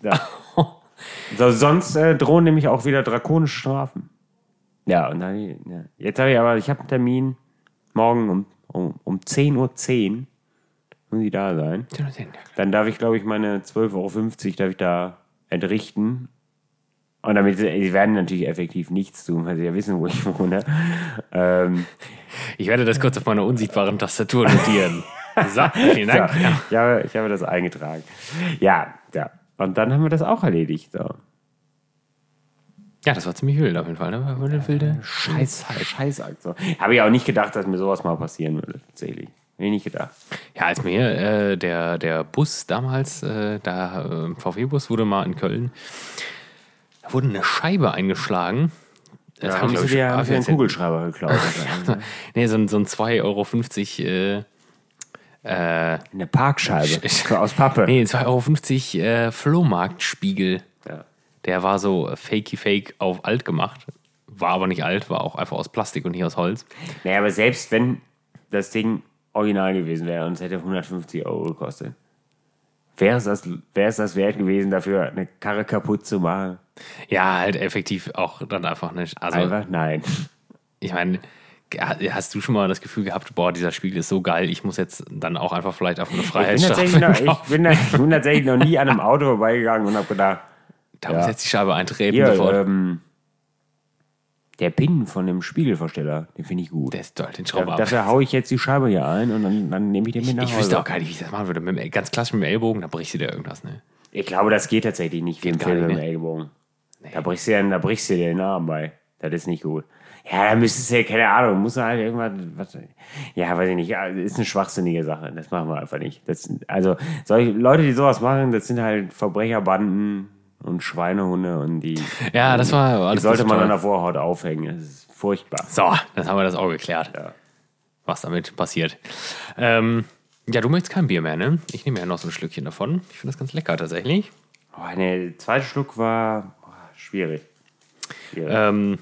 B: So, sonst äh, drohen nämlich auch wieder drakonische Strafen. Ja, und dann, ja. jetzt habe ich aber, ich habe einen Termin morgen um, um, um 10.10 Uhr muss ich da sein. Dann darf ich, glaube ich, meine 12,50 Euro darf ich da entrichten. Und damit, sie werden natürlich effektiv nichts tun, weil sie ja wissen, wo ich [LAUGHS] wohne. Ähm,
A: Ich werde das kurz auf meiner unsichtbaren Tastatur [LAUGHS] notieren. So, vielen
B: ja,
A: Dank.
B: ich, habe, ich habe das eingetragen. Ja, ja. Und dann haben wir das auch erledigt. So.
A: Ja, das war ziemlich wild auf jeden Fall. Ne? War Wilde, wilde.
B: Scheiß, Scheißakt. So. Habe ich auch nicht gedacht, dass mir sowas mal passieren würde, tatsächlich. Hab ich nicht gedacht.
A: Ja, als mir äh, der, der Bus damals, äh, der äh, VW-Bus wurde mal in Köln, da wurde eine Scheibe eingeschlagen. Das
B: haben
A: glaub
B: sie dir haben sie dir einen
A: erzählt.
B: Kugelschreiber
A: [LAUGHS]
B: geklaut. oder?
A: Nee, so ein, so ein 2,50 Euro. Äh,
B: Eine Parkscheibe so aus Pappe.
A: nee, 2,50 Euro äh, Flohmarktspiegel.
B: Ja.
A: Der war so fakey-fake auf alt gemacht. War aber nicht alt, war auch einfach aus Plastik und nicht aus Holz.
B: Naja, aber selbst wenn das Ding original gewesen wäre und es hätte 150 Euro gekostet, wäre es das, wäre es das wert gewesen, dafür eine Karre kaputt zu machen?
A: Ja, halt effektiv auch dann einfach nicht. Also,
B: Einfach nein.
A: ich meine, ge- hast du schon mal das Gefühl gehabt, boah, dieser Spiegel ist so geil, ich muss jetzt dann auch einfach vielleicht auf eine
B: Ich bin,
A: Freiheitsstrafe [LAUGHS]
B: tatsächlich noch,
A: drauf.
B: ich, bin, da- ich bin tatsächlich noch nie an einem Auto vorbeigegangen und habe gedacht,
A: Da muss jetzt die Scheibe eintreten
B: hier,
A: sofort.
B: ähm, der Pin von dem Spiegelversteller, den finde ich gut.
A: der ist doll, den Schrauber ab.
B: Äh, Dafür haue ich jetzt die Scheibe hier ein und dann, dann nehme ich den mit nach
A: Ich
B: Hause.
A: wüsste auch gar nicht, wie ich das machen würde. Mit dem, äh, ganz klassisch mit dem Ellbogen, da brichst du dir irgendwas, ne?
B: Ich glaube, das geht tatsächlich nicht wie im
A: gar
B: Film
A: nicht,
B: im
A: ne?
B: Ellbogen. Da brichst du dir, da brichst du dir den Arm bei. Das ist nicht gut. Ja, da müsstest du ja, keine Ahnung, musst du halt irgendwas, was, ja, weiß ich nicht, ja, ist eine schwachsinnige Sache. Das machen wir einfach nicht. Das, sind- also, solche Leute, die sowas machen, das sind halt Verbrecherbanden und Schweinehunde und die,
A: [LAUGHS] Ja, das war war
B: die
A: alles
B: sollte
A: nicht
B: man
A: toll.
B: an der Vorhaut aufhängen. Das ist furchtbar.
A: So, dann haben wir das auch geklärt,
B: Ja.
A: was damit passiert. Ähm, ja, du möchtest kein Bier mehr, ne? Ich nehme ja noch so ein Schlückchen davon. Ich finde das ganz lecker tatsächlich.
B: Oh, nee, der zweite Schluck war oh, schwierig. schwierig.
A: Ähm,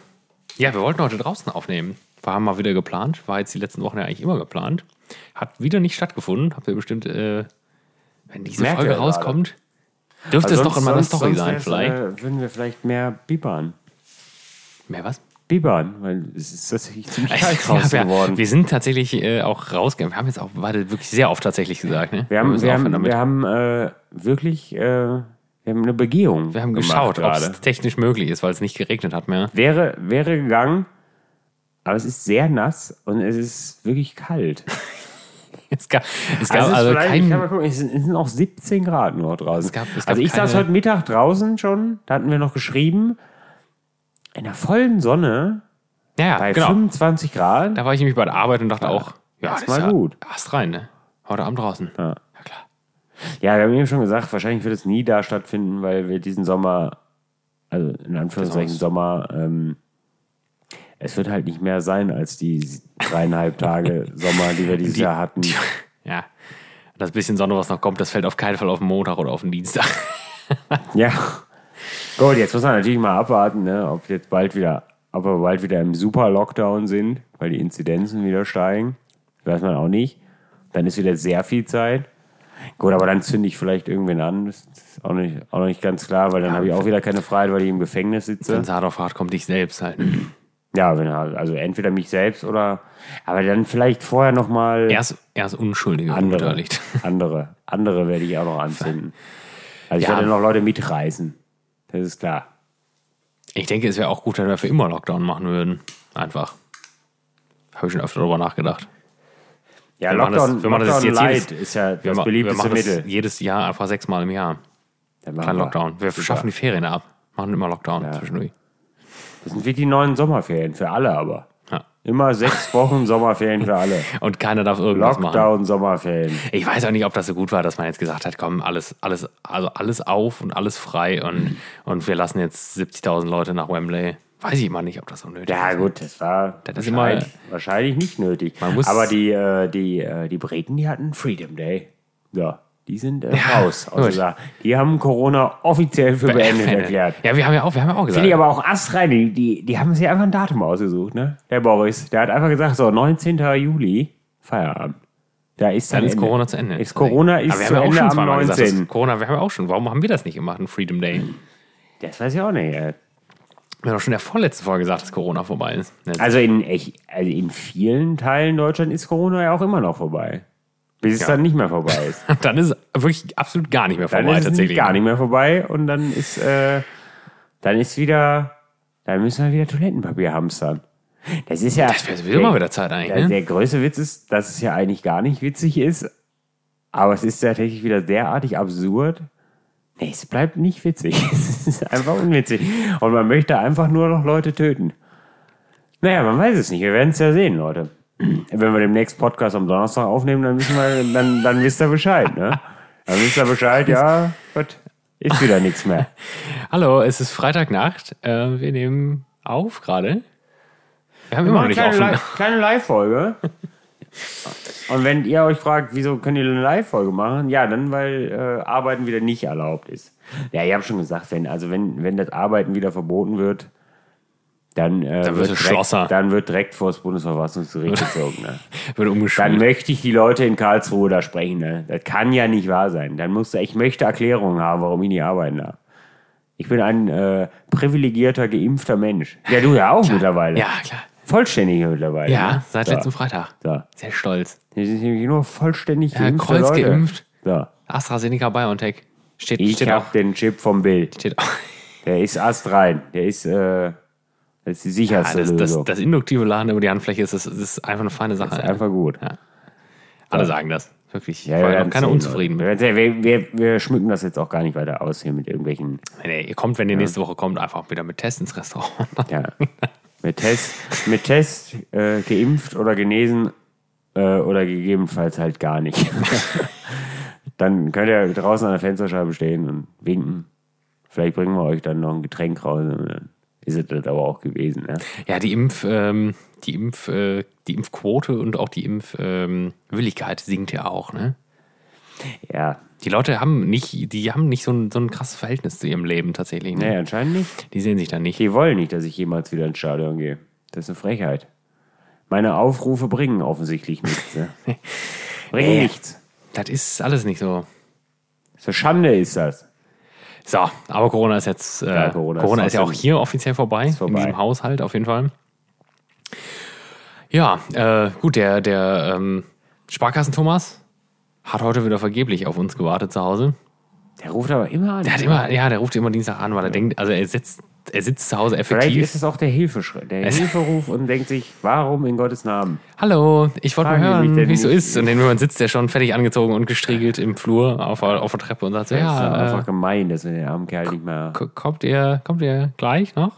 A: ja, wir wollten heute draußen aufnehmen. War mal wieder geplant. War jetzt die letzten Wochen ja eigentlich immer geplant. Hat wieder nicht stattgefunden. Habt ihr bestimmt, äh, wenn diese
B: Merkt
A: Folge
B: ihr gerade. Also
A: rauskommt, dürfte es doch in meiner Story sein,
B: wär's,
A: vielleicht.
B: Äh, würden wir vielleicht mehr bibbern.
A: Mehr was?
B: Bibbern, weil es ist
A: [LAUGHS]
B: tatsächlich ziemlich kalt
A: Ja,
B: raus
A: wir,
B: geworden.
A: wir sind tatsächlich äh, auch rausgegangen. Wir haben jetzt auch warte, wirklich sehr oft tatsächlich gesagt. Ne?
B: Wir haben,
A: müssen
B: wir
A: aufhören
B: haben,
A: damit.
B: wir haben äh, wirklich äh, wir haben eine Begehung.
A: wir haben
B: gemacht
A: geschaut, ob
B: gerade.
A: es technisch möglich ist, weil es nicht geregnet hat mehr. [LAUGHS]
B: Wäre, wäre gegangen, aber es ist sehr nass und es ist wirklich kalt.
A: Es gab, es gab
B: Also,
A: also,
B: es ist vielleicht- ich kann
A: keinen.
B: mal gucken, es sind es sind auch 17 Grad nur draußen.
A: Es gab- es gab
B: also ich saß
A: keine-
B: heute Mittag draußen schon, da hatten wir noch geschrieben, in der vollen Sonne
A: Ja, ja,
B: bei
A: genau.
B: 25 Grad.
A: Da war ich nämlich bei der Arbeit und dachte auch, ja,
B: das
A: ist
B: war
A: ja
B: gut.
A: Hast rein, ne? Heute Abend draußen.
B: Ja.
A: ja klar.
B: Ja, wir haben eben schon gesagt, wahrscheinlich wird es nie da stattfinden, weil wir diesen Sommer, also in Anführungszeichen
A: Saison.
B: Sommer, ähm, es wird halt nicht mehr sein als die dreieinhalb [LAUGHS] Tage Sommer, die wir dieses Jahr hatten.
A: Ja. Das bisschen Sonne, was noch kommt, das fällt auf keinen Fall auf den Montag oder auf den Dienstag.
B: Ja. Gut, jetzt muss man natürlich mal abwarten, ne, ob jetzt bald wieder, ob wir bald wieder im Super-Lockdown sind, weil die Inzidenzen wieder steigen. Weiß man auch nicht. Dann ist wieder sehr viel Zeit. Gut, aber dann zünde ich vielleicht irgendwen an. Das ist auch, nicht, auch noch nicht ganz klar, weil dann habe ich auch wieder keine Freiheit, weil ich im Gefängnis sitze.
A: Wenn's hart auf hart kommt, dich selbst halt.
B: Mhm. Ja, wenn er, also entweder mich selbst oder, aber dann vielleicht vorher nochmal
A: Er ist, er ist unschuldig und [LAUGHS]
B: andere,
A: unbeteiligt.
B: andere, andere werde ich auch noch anzünden. Also ich
A: Ja.
B: werde noch Leute mitreißen. Das ist klar.
A: Ich denke, es wäre auch gut, wenn wir für immer Lockdown machen würden. Einfach. Habe ich schon öfter darüber nachgedacht.
B: Ja,
A: Wir machen das-
B: Lockdown,
A: wir machen das
B: Lockdown
A: jetzt jedes-
B: Light ist ja
A: Wir
B: das
A: ma- wir
B: beliebteste
A: machen das
B: Mittel.
A: jedes Jahr einfach sechsmal im Jahr.
B: Dann machen
A: Kein
B: wir.
A: Lockdown. Wir
B: Super.
A: schaffen die Ferien ab. Machen immer Lockdown zwischendurch.
B: Das sind wie die neuen Sommerferien, für alle aber.
A: Ja. [LAUGHS]
B: Immer sechs Wochen Sommerferien für alle.
A: Und keiner darf irgendwas machen.
B: Lockdown, Sommerferien.
A: Ich weiß auch nicht, ob das so gut war, dass man jetzt gesagt hat, komm, alles, alles, also alles auf und alles frei
B: Mhm.
A: und, und wir lassen jetzt 70.000 Leute nach Wembley. Weiß ich mal nicht, ob das so nötig
B: Ja
A: ist.
B: gut, das war
A: Also, ist immer-
B: wahrscheinlich, wahrscheinlich nicht nötig.
A: Man muss-
B: aber die, äh, die, äh, die Briten, die hatten Freedom Day. Ja, die sind äh, raus.
A: gut.
B: Aus dieser, die haben Corona offiziell für
A: [LAUGHS]
B: beendet erklärt.
A: Ja, wir haben ja auch, wir haben ja auch gesagt.
B: Finde ich aber auch astrein, die, die, die haben sich einfach ein Datum ausgesucht, ne? Der Boris, der hat einfach gesagt, so 19. Juli, Feierabend. Da ist dann,
A: Dann ist
B: Ende.
A: Corona zu Ende.
B: Ist Corona ist
A: Aber wir
B: zu
A: haben ja auch
B: Ende
A: schon
B: am
A: zweimal gesagt,
B: 19.
A: das- Corona, wir haben ja auch schon. Warum haben wir das nicht gemacht, ein Freedom Day?
B: Das weiß ich auch nicht. ey.
A: Wir haben doch schon in der vorletzten Folge gesagt, dass Corona vorbei ist. Jetzt-
B: Also in, echt, also in vielen Teilen Deutschland ist Corona ja auch immer noch vorbei. Bis es dann nicht mehr vorbei ist.
A: [LAUGHS] [LAUGHS] Dann ist es wirklich absolut gar nicht mehr
B: Dann
A: vorbei
B: ist es
A: tatsächlich. ne?
B: gar nicht mehr vorbei und dann ist, äh, dann ist wieder, dann müssen wir wieder Toilettenpapier hamstern. Das ist ja.
A: Das wäre sowieso mal wieder Zeit eigentlich.
B: Der,
A: Ne?
B: der größte Witz ist, dass es ja eigentlich gar nicht witzig ist, aber es ist tatsächlich wieder derartig absurd. Nee, es bleibt nicht witzig. [LAUGHS] Es ist einfach unwitzig. Und man möchte einfach nur noch Leute töten. Naja, man weiß es nicht. Wir werden es ja sehen, Leute. [CLEARS THROAT] Wenn wir demnächst Podcast am Donnerstag aufnehmen, dann wissen wir, dann, dann wisst ihr Bescheid, ne? Dann wisst ihr Bescheid, ja, gut, ist wieder nichts mehr.
A: Hallo, es ist Freitagnacht. Äh, wir nehmen auf gerade? Wir haben immer
B: Wir
A: noch
B: machen
A: nicht
B: eine kleine
A: offen.
B: Li- kleine
A: [LAUGHS]
B: Live-Folge. Und wenn ihr euch fragt, wieso könnt ihr eine Live-Folge machen? Ja, dann, weil äh, Arbeiten wieder nicht erlaubt ist. Ja, ich habe schon gesagt, wenn, also wenn, wenn das Arbeiten wieder verboten wird, dann, äh,
A: Dann wirst du
B: wird
A: Schlosser.
B: direkt, dann wird direkt vor das Bundesverfassungsgericht gezogen. Ne?
A: Wird
B: Dann
A: umgeschult.
B: möchte ich die Leute in Karlsruhe da sprechen. Ne? Das kann ja nicht wahr sein. Dann musst du, ich möchte Erklärungen haben, warum ich nicht arbeiten darf. Ich bin ein äh, privilegierter, geimpfter Mensch. Ja, du ja auch mittlerweile.
A: Ja, klar.
B: Vollständig mittlerweile.
A: Ja,
B: ne?
A: seit
B: so.
A: letzten Freitag.
B: So.
A: Sehr stolz.
B: Hier sind nämlich nur vollständig geimpfte
A: Kreuz
B: Leute.
A: geimpft.
B: So.
A: AstraZeneca BioNTech. Steht,
B: Ich
A: steht
B: habe
A: auch.
B: den Chip vom Bill.
A: Steht auch. [LAUGHS]
B: Der ist astrein. Der ist, äh, das ist die
A: Ah,
B: sicherste
A: das, das,
B: Lösung.
A: das induktive Laden über die Handfläche ist, das, das ist einfach eine feine Sache.
B: ist einfach gut.
A: Alle sagen das. Wirklich.
B: Ja,
A: Ja, Vor allem
B: wir werden
A: auch keiner
B: sehen,
A: unzufrieden mit.
B: Leute. Wir, werden sehen. wir, wir, wir schmücken das jetzt auch gar nicht weiter aus hier mit irgendwelchen
A: Nee, nee, ihr kommt, wenn ihr nächste Woche kommt, einfach wieder mit Test ins Restaurant.
B: [LAUGHS] Ja. Mit Test, mit Test äh, geimpft oder genesen äh, oder gegebenenfalls halt gar nicht. [LAUGHS] dann könnt ihr draußen an der Fensterscheibe stehen und winken. Vielleicht bringen wir euch dann noch ein Getränk raus. Und dann ist es das aber auch gewesen. Ne?
A: Ja, die Impf, ähm, die Impf, äh, die Impfquote und auch die Impfwilligkeit sinkt ja auch, ne?
B: Ja.
A: Die Leute haben nicht, die haben nicht so ein, so ein krasses Verhältnis zu ihrem Leben tatsächlich. Ne?
B: Nee, anscheinend nicht.
A: Die sehen sich dann nicht.
B: Die wollen nicht, dass ich jemals wieder ins Stadion gehe. Das ist eine Frechheit. Meine Aufrufe bringen offensichtlich nichts. Ne? Bringen
A: Nee.
B: nichts.
A: Das ist alles nicht so.
B: So Schande ist das.
A: So, aber Corona ist jetzt. Äh,
B: Ja, Corona
A: Corona,
B: ist
A: ist, ja auch
B: trotzdem-
A: hier offiziell vorbei,
B: vorbei.
A: in diesem Haushalt auf jeden Fall. Ja, äh, gut, der, der ähm, Sparkassen-Thomas hat heute wieder vergeblich auf uns gewartet zu Hause.
B: Der ruft aber immer an.
A: Der hat immer, ja, der ruft immer Dienstag an, weil er denkt, also er sitzt, er sitzt zu Hause
B: Vielleicht
A: effektiv.
B: ist es auch der Hilfeschrei,
A: [LAUGHS]
B: der Hilferuf und denkt sich, warum in Gottes Namen?
A: Hallo, ich wollte mal
B: Fragen Sie mich
A: hören,
B: denn
A: wie es so
B: nicht?
A: ist. Und dann jemand sitzt der schon fertig angezogen und gestriegelt im Flur auf, der- auf der Treppe und sagt so,
B: Das ist doch
A: ja, äh,
B: einfach gemein, dass wir den armen Kerl nicht mehr.
A: k- kommt ihr, kommt ihr gleich noch?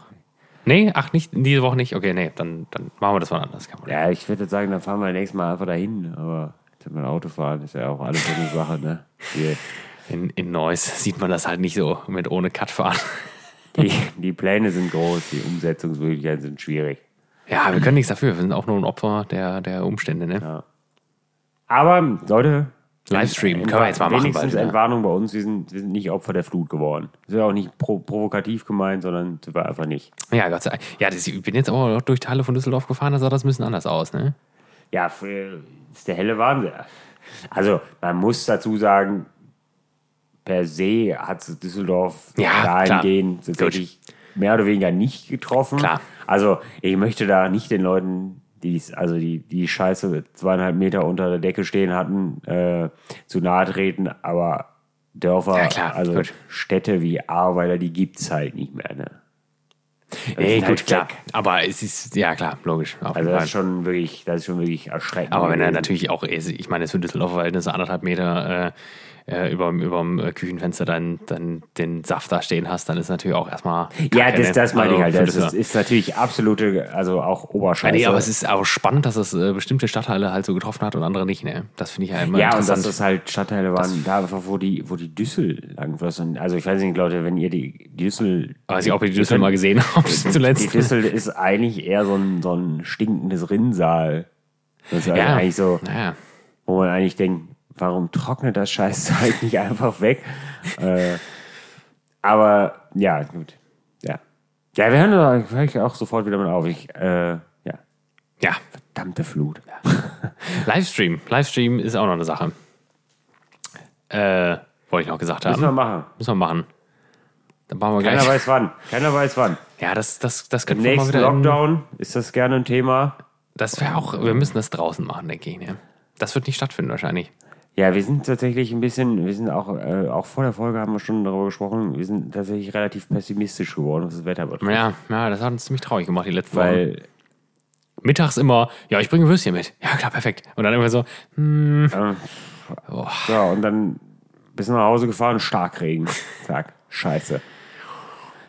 A: Nee, ach nicht, diese Woche nicht. Okay, nee, dann, dann machen wir das mal anders. Kein Problem.
B: Ja, ich würde jetzt sagen, dann fahren wir nächstes Mal einfach dahin, aber jetzt mit dem Auto fahren ist ja auch alles so eine Sache, ne? Die,
A: In, in Neuss sieht man das halt nicht so mit ohne Cut fahren.
B: die, die Pläne sind groß, die Umsetzungsmöglichkeiten sind schwierig.
A: Ja, wir können nichts dafür. Wir sind auch nur ein Opfer der, der Umstände. Ne?
B: Aber Leute,
A: Livestream können wir jetzt mal machen.
B: wenigstens
A: Bald,
B: eine
A: ne?
B: Warnung bei uns, wir sind, wir sind nicht Opfer der Flut geworden. Das ist ja auch nicht pro, provokativ gemeint, sondern das war einfach nicht.
A: Ja, Gott sei Dank. Ja, das, ich bin jetzt aber auch durch Teile von Düsseldorf gefahren, da sah das ein bisschen anders aus. Ne?
B: Ja, f- ist der helle Wahnsinn. Also, man muss dazu sagen, per se hat es Düsseldorf
A: Ja, klar.
B: dahingehend tatsächlich mehr oder weniger nicht getroffen.
A: Klar.
B: Also, ich möchte da nicht den Leuten, die es- also die, die Scheiße zweieinhalb Meter unter der Decke stehen hatten, äh, zu nahe treten, aber Dörfer,
A: Ja, klar,
B: also
A: gut.
B: Städte wie Ahrweiler, die gibt es halt nicht mehr. Ne?
A: Nee,
B: sind halt
A: gut, klar.
B: weg.
A: Aber es ist, ja klar, logisch. Auf
B: Also
A: jeden
B: das
A: Fall.
B: ist schon wirklich, das ist schon wirklich erschreckend.
A: Aber wenn er
B: gewesen.
A: natürlich auch, also ich meine, es für Düsseldorfer Verhältnisse anderthalb Meter äh, äh, überm, überm äh, Küchenfenster dann, dann den Saft da stehen hast, dann ist natürlich auch erstmal.
B: Ja,
A: Kacke,
B: das,
A: ne?
B: das meine
A: Also
B: ich halt.
A: für
B: Das ist,
A: Düsseldorf.
B: ist natürlich absolute, also auch
A: Ja,
B: Oberscheiße.
A: nee, aber es ist auch spannend, dass es äh, bestimmte Stadtteile halt so getroffen hat und andere nicht, ne? Das finde ich ja immer
B: ja, und dass
A: interessant.
B: das halt Stadtteile waren, da einfach, wo die, wo die Düssel langflossen. Also ich weiß nicht, Leute, wenn ihr die Düssel.
A: Weiß ich, ob ihr die Düssel mal gesehen habt
B: Die
A: zuletzt.
B: Düssel ist eigentlich eher so ein, so ein stinkendes Rinnsal. Das ist also
A: Ja,
B: eigentlich so,
A: naja.
B: wo man eigentlich denkt, warum trocknet das [LAUGHS] Scheißzeug nicht einfach weg? äh, aber ja, gut. Ja. Ja, wir hören da vielleicht auch sofort wieder mal auf. Ich, äh, ja.
A: ja,
B: Verdammte Flut.
A: Livestream. Livestream ist auch noch eine Sache. Äh, wollte ich noch gesagt
B: Müssen
A: haben.
B: wir machen.
A: Müssen wir machen. Dann machen wir
B: Keiner
A: gleich.
B: weiß wann. Keiner weiß wann.
A: Ja, das, das, das könnte man mal
B: Nächsten
A: wieder. in-
B: Lockdown ist das gerne ein Thema.
A: Das wäre auch, wir müssen das draußen machen, denke ich. Ne? Das wird nicht stattfinden wahrscheinlich.
B: Ja, wir sind tatsächlich ein bisschen, wir sind auch, äh, auch vor der Folge haben wir schon darüber gesprochen, wir sind tatsächlich relativ pessimistisch geworden, was das Wetter betrifft.
A: Ja, ja das hat uns ziemlich traurig gemacht, die letzten Wochen.
B: Weil,
A: Mittags immer, ja, ich bringe Würstchen mit. Ja, klar, perfekt. Und dann immer so,
B: ja, und dann bist du nach Hause gefahren, Starkregen. Zack, scheiße.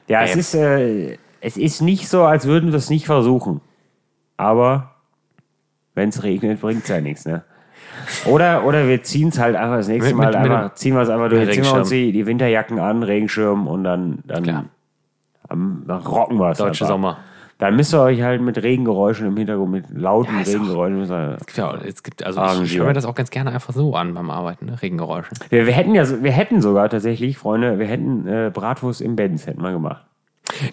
B: Ja, es
A: Ähm.
B: ist, äh, es ist nicht so, als würden wir es nicht versuchen. Aber wenn es regnet, bringt es ja nichts, ne? Oder, oder wir ziehen es halt einfach das nächste
A: Mit-
B: Mal
A: mit- mit
B: einfach, ziehen wir es einfach durch,
A: mit
B: ziehen wir uns
A: Regenschirm.
B: die, die Winterjacken an, Regenschirm und dann, dann,
A: Klar.
B: am- dann rocken wir es.
A: deutsche
B: einfach.
A: Sommer.
B: Da müsst ihr euch halt mit Regengeräuschen im Hintergrund, mit lauten
A: Ja, ist auch-
B: Regengearräuschen. müsst ihr-
A: Es gibt ja, auch- es gibt, also
B: Arrangieren.
A: ich höre mir das auch ganz gerne einfach so an beim Arbeiten, ne? Regengeräusche.
B: Wir, wir hätten ja, so- wir hätten sogar tatsächlich, Freunde, wir hätten äh, Bratwurst im Bett hätten wir gemacht.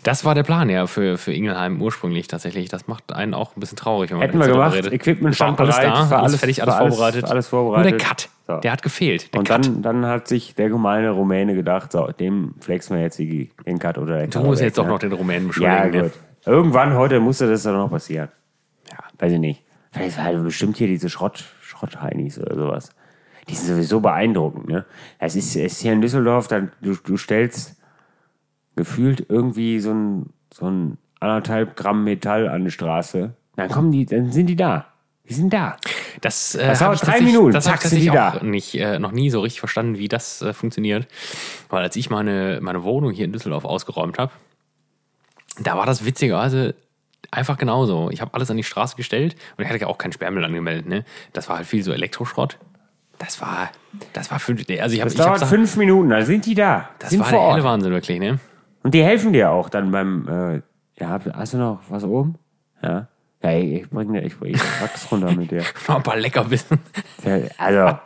A: Das war der Plan ja für, für Ingelheim ursprünglich tatsächlich. Das macht einen auch ein bisschen traurig, wenn man
B: Hätten
A: jetzt
B: wir
A: darüber
B: gemacht, Equipment
A: War
B: stand
A: alles
B: bereit,
A: da,
B: war
A: alles
B: alles-
A: fertig, alles
B: war alles-
A: vorbereitet.
B: war alles
A: Nur
B: vorbereitet.
A: der Cut,
B: So.
A: der hat gefehlt. Der
B: Und
A: Cut.
B: dann, dann hat sich der gemeine Rumäne gedacht, so, dem flexen wir jetzt die- den Cut oder den
A: Du
B: Cut.
A: musst
B: weg,
A: jetzt auch
B: ne?
A: noch den Rumänen
B: Ja,
A: beschuldigen. ne?
B: gut. Irgendwann heute musste das dann noch passieren.
A: Ja.
B: Weiß ich nicht. Vielleicht war halt bestimmt hier diese Schrott, Schrottheinis oder sowas. Die sind sowieso beeindruckend, ne? Es ist, es ist hier in Düsseldorf, dann, du, du stellst gefühlt irgendwie so ein, so ein anderthalb Gramm Metall an die Straße. Dann kommen die, dann sind die da. Die sind da.
A: Das, äh,
B: Das dauert
A: hab ich
B: drei
A: tatsächlich-
B: Minuten,
A: Das habe ich
B: zack, sind
A: tatsächlich
B: die
A: auch
B: da.
A: nicht, äh, noch nie so richtig verstanden, wie das äh, funktioniert. Weil als ich meine, meine Wohnung hier in Düsseldorf ausgeräumt habe, da war das witzigerweise einfach genauso. Ich habe alles an die Straße gestellt und ich hatte ja auch keinen Sperrmüll angemeldet. Ne? Das war halt viel so Elektroschrott. Das war, das war fünf, also ich habe,
B: Das
A: ich habe
B: dauert
A: Sachen,
B: fünf Minuten, dann sind die da.
A: das
B: sind
A: war der
B: vor Ort.
A: helle Wahnsinn wirklich, ne? [LAUGHS]
B: Und die helfen dir auch dann beim, äh, ja, hast du noch was oben? Ja. Ja, ich, ich bring dir, ich, ich wachs runter mit dir.
A: Noch ein paar Leckerbissen.
B: Ja, Also,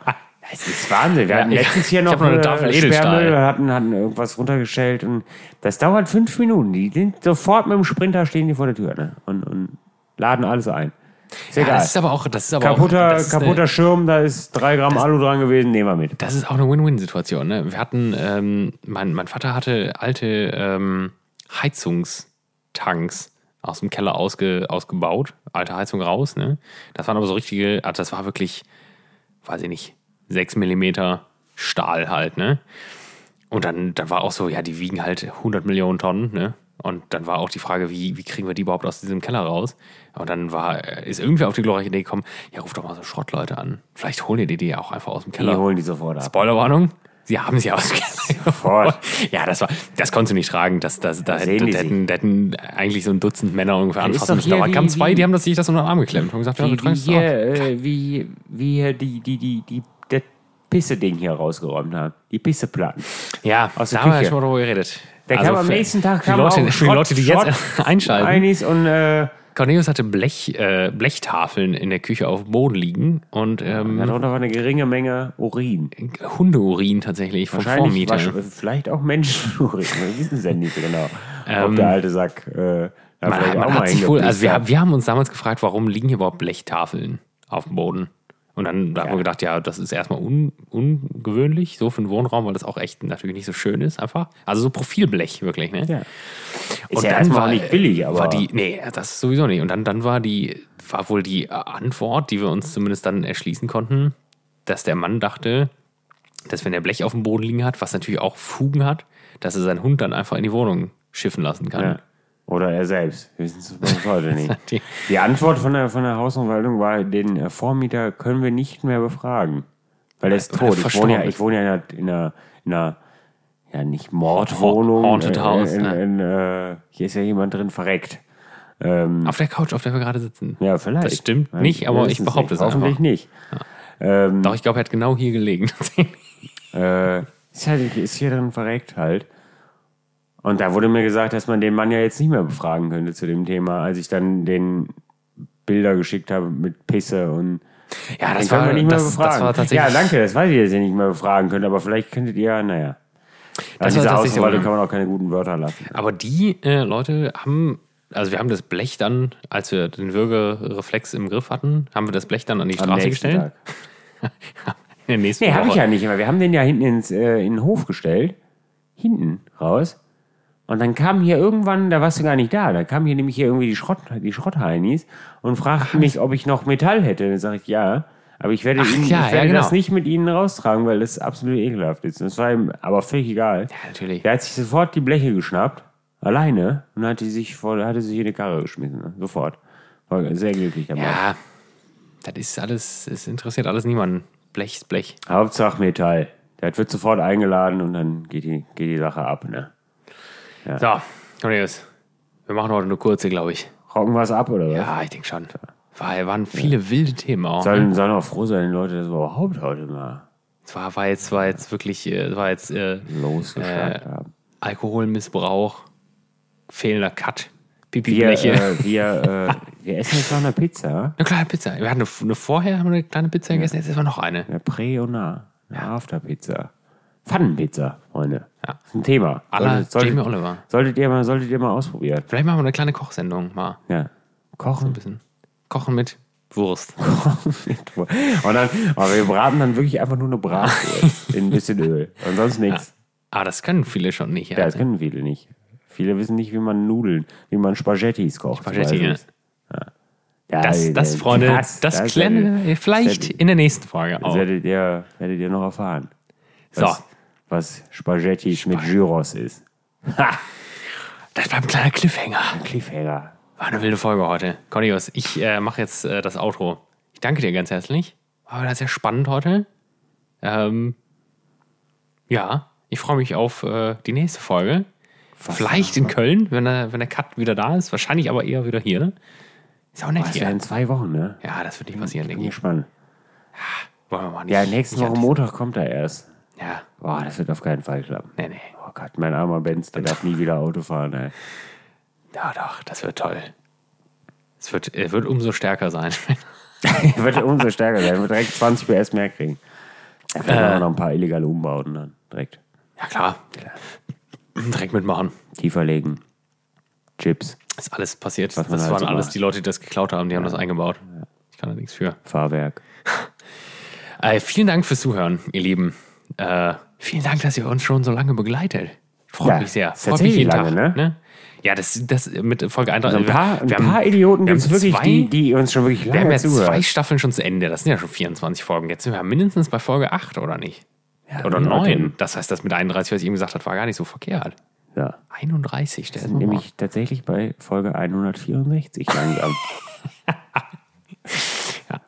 B: es ist Wahnsinn. Wir hatten
A: ich-
B: letztens hier
A: ich
B: noch,
A: hab noch eine
B: äh,
A: Tafel Edelstahl.
B: Sperrmüll, hatten, hatten irgendwas runtergestellt und das dauert fünf Minuten. Die sind sofort mit dem Sprinter stehen die vor der Tür ne? und, und laden alles ein. Ist
A: Ja,
B: egal.
A: das ist aber auch, das ist aber
B: kaputter
A: auch, das ist eine-
B: kaputter Schirm, da ist drei Gramm Alu dran gewesen, nehmen wir mit.
A: Das ist auch eine Win-Win-Situation. Ne? Wir hatten, ähm, mein, mein Vater hatte alte ähm, Heizungstanks aus dem Keller ausge, ausgebaut, alte Heizung raus. Ne? Das waren aber so richtige, also das war wirklich, weiß ich nicht, 6 mm Stahl halt. Ne? Und dann, dann war auch so, ja, die wiegen halt 100 Millionen Tonnen, ne? Und dann war auch die Frage, wie, wie kriegen wir die überhaupt aus diesem Keller raus? Und dann war, äh, ist irgendwer auf die glorreiche Idee gekommen, ja, ruft doch mal so Schrottleute an. Vielleicht holen ihr die die auch einfach aus dem
B: Die
A: Keller.
B: holen die sofort ab.
A: Spoilerwarnung. Sie haben sie ausgeholt. [LAUGHS] Ja, das war, das konntest du nicht tragen. Das, das, da
B: Sehen
A: hätten,
B: die
A: da hätten, da hätten eigentlich so ein Dutzend Männer ungefähr
B: ist
A: anfassen
B: doch
A: müssen.
B: hier
A: Da
B: wie-
A: kamen zwei,
B: wie-
A: die haben das, sich das unter den Arm geklemmt und gesagt, ja, du
B: Wie, wie,
A: trägst das.
B: hier, äh, wie, wie hier die, die, die, die, das Pisse-Ding hier rausgeräumt haben. Die Pisseplatten.
A: Ja,
B: aus der
A: da haben wir
B: Küche.
A: schon mal drüber geredet.
B: Der kam am nächsten Tag
A: Also Für die
B: kam
A: Leute,
B: auch
A: für die
B: Schrott-
A: Leute die jetzt [LAUGHS] einschalten.
B: Einis und äh,
A: Cornelius hatte Blech, äh, Blechtafeln in der Küche auf dem Boden liegen und ähm,
B: Darunter war eine geringe Menge Urin.
A: Hundeurin tatsächlich vom
B: Wahrscheinlich
A: Vormieter.
B: wasch- vielleicht auch Menschenurin. Wir wissen es ja nicht genau. Ob der alte Sack äh, da
A: Ähm, Man,
B: vielleicht
A: hat-
B: auch
A: man
B: mal
A: hat sich wohl,
B: hingepisst
A: also wir,
B: hat.
A: haben- wir haben uns damals gefragt, warum liegen hier überhaupt Blechtafeln auf dem Boden? Und dann haben wir gedacht, ja, das ist erstmal un, ungewöhnlich, so für einen Wohnraum, weil das auch echt natürlich nicht so schön ist, einfach. Also so Profilblech wirklich, ne?
B: Ja.
A: Und
B: ja erstmal auch nicht billig, aber-
A: War die, nee, das sowieso nicht. Und dann, dann war die, war wohl die äh, Antwort, die wir uns zumindest dann erschließen konnten, dass der Mann dachte, dass wenn er Blech auf dem Boden liegen hat, was natürlich auch Fugen hat, dass er seinen Hund dann einfach in die Wohnung schiffen lassen kann.
B: ja. Oder er selbst. Wir wissen es bis heute nicht.
A: [LAUGHS] Die-
B: Die Antwort von der, von der Hausverwaltung war, den äh, Vormieter können wir nicht mehr befragen. Weil er ist
A: Weil er
B: tot. Ich wohne, ja,
A: Äh, verstorben
B: ich wohne ja in einer, in einer, in einer ja, nicht Mordwohnung.
A: Haunted
B: äh,
A: House,
B: In,
A: ne?
B: in, äh, hier ist ja jemand drin verreckt.
A: Auf der Couch, auf der wir gerade sitzen.
B: Ja, vielleicht.
A: Das stimmt
B: Ja,
A: nicht,
B: wir
A: aber
B: wissen
A: ich behaupte es
B: nicht. Hoffentlich
A: einfach.
B: nicht. Ähm,
A: Doch, ich glaube, er hat genau hier gelegen. [LAUGHS]
B: äh, ist, halt, ist hier drin verreckt halt. Und da wurde mir gesagt, dass man den Mann ja jetzt nicht mehr befragen könnte zu dem Thema, als ich dann den Bilder geschickt habe mit Pisse und
A: ja,
B: den können Ah, wir nicht mehr
A: das,
B: befragen.
A: das war
B: ja,
A: tatsächlich.
B: danke, das weiß ich, dass ihr nicht mehr befragen könnt, aber vielleicht könntet ihr, naja.
A: Das
B: An
A: war
B: dieser
A: tatsächlich
B: Auswahl
A: so,
B: kann man auch keine guten Wörter lassen.
A: Aber die äh, Leute haben, also wir haben das Blech dann, als wir den Würgereflex im Griff hatten, haben wir das Blech dann an die Straße gestellt.
B: Tag.
A: In der nächsten
B: Nee,
A: Woche.
B: habe ich ja nicht immer. Wir haben den ja hinten ins, äh, in den Hof gestellt. Hinten raus. Und dann kam hier irgendwann, da warst du gar nicht da, da kamen hier nämlich hier irgendwie die, Schrott, die Schrottheinis und fragten mich, ob ich noch Metall hätte. Dann sage ich ja. Aber ich werde,
A: Ach
B: ihnen,
A: ja,
B: ich werde
A: ja, genau.
B: das nicht mit ihnen raustragen, weil das absolut ekelhaft ist. Das war ihm aber völlig egal.
A: Ja, natürlich.
B: Der hat sich sofort die Bleche geschnappt, alleine, und hat die sich vor, hatte sich in die Karre geschmissen. Ne? Sofort. War sehr glücklich dabei.
A: Ja, das ist alles, es interessiert alles niemanden. Blech ist Blech.
B: Hauptsache Metall. Der wird sofort eingeladen und dann geht die, geht die Sache ab. Ne?
A: So, Cornelius, wir machen heute eine kurze, glaube ich.
B: Rocken wir es ab oder was?
A: Ja, ich denke schon. War, waren viele wilde Themen auch.
B: Sollen, sollen auch froh sein, Leute, dass wir überhaupt heute mal
A: Es war, war, jetzt, war jetzt wirklich, äh, war jetzt äh,
B: losgeschlagen
A: Äh,
B: haben.
A: Alkoholmissbrauch, fehlender Cut,
B: Wir,
A: Pipi-Bleche.
B: äh, wir, äh, wir essen jetzt noch eine Pizza.
A: Eine kleine Pizza. Wir hatten eine, eine vorher haben wir eine kleine Pizza gegessen, jetzt essen wir noch eine.
B: Eine Prä- und eine eine Afterpizza. Pfannenpizza, Freunde.
A: Ja.
B: Ist ein Thema.
A: À la
B: Solltet, solltet,
A: Jamie Oliver.
B: solltet, ihr mal, solltet ihr mal ausprobieren.
A: Vielleicht machen wir eine kleine Kochsendung mal.
B: Ja.
A: Ein
B: Kochen.
A: bisschen. Kochen mit Wurst.
B: Und dann, aber wir braten dann wirklich einfach nur eine
A: [LAUGHS]
B: Bratwurst in ein bisschen Öl. Und sonst nichts.
A: Aber Ah, das können viele schon nicht. Ja,
B: Ja, das können viele nicht. Viele wissen nicht, wie man Nudeln, wie man Spaghettis kocht.
A: Spaghetti,
B: zum
A: ja.
B: Beispiel. Ja.
A: das, das, Freunde, das, klären wir vielleicht
B: werdet-
A: in der nächsten Folge
B: Das
A: auch.
B: werdet ihr, werdet ihr noch erfahren.
A: So.
B: Was, was Spaghetti mit Gyros ist.
A: Das war ein kleiner Cliffhanger.
B: Cliffhanger.
A: War Ah, eine wilde Folge heute. Cornelius, ich äh, mache jetzt äh, das Outro. Ich danke dir ganz herzlich. War wieder sehr spannend heute. Ähm, ja, ich freue mich auf äh, die nächste Folge. Vielleicht in Köln, wenn der, wenn der Cut wieder da ist. Wahrscheinlich aber eher wieder hier. ne? Ist auch nett
B: Das
A: hier.
B: ja in zwei Wochen, ne?
A: Ja, das wird nicht passieren,
B: Bin
A: denke ich.
B: gespannt.
A: Wollen wir mal nicht.
B: Ja, nächsten
A: nicht
B: Woche Montag kommt er erst.
A: an- Ja,
B: Boah, das wird auf keinen Fall klappen.
A: nee, nee.
B: Oh Gott, mein armer Benz, der darf nie wieder Auto fahren, ey.
A: Ja, doch, das wird toll. Es wird, er wird umso stärker sein. [LAUGHS]
B: Er wird umso stärker sein, wird direkt 20 PS mehr kriegen. Da
A: Äh.
B: werden auch noch ein paar illegale Umbauten dann direkt.
A: ja, klar. Direkt mitmachen.
B: Tiefer legen. Chips,
A: Ist alles passiert.
B: man
A: das
B: halt
A: waren
B: so
A: alles
B: macht.
A: die Leute, die das geklaut haben. Die haben das eingebaut. Ich kann da nichts für.
B: Fahrwerk.
A: Äh, vielen Dank fürs Zuhören, ihr Lieben. Äh, vielen Dank, dass ihr uns schon so lange begleitet. Freut
B: Ja,
A: mich sehr.
B: ist
A: Freut mich
B: tatsächlich
A: jeden
B: lange,
A: Tag.
B: ne?
A: Ja, das, das mit Folge 31.
B: Also ein
A: wir-
B: paar, ein
A: wir
B: paar
A: haben-
B: Idioten
A: wir
B: gibt es
A: haben
B: wirklich,
A: zwei-
B: die, die uns schon wirklich
A: Wir haben
B: lange
A: ja zwei
B: zuhören.
A: Staffeln schon zu Ende. Das sind ja schon 24 Folgen. Jetzt sind wir mindestens bei Folge 8, oder nicht? oder
B: ja,
A: 9.
B: eben.
A: Das heißt, das mit 31, was ich eben gesagt habe, war gar nicht so verkehrt.
B: Ja.
A: 31, der ist nämlich.
B: Nämlich tatsächlich bei Folge 164
A: [LAUGHS]
B: langsam.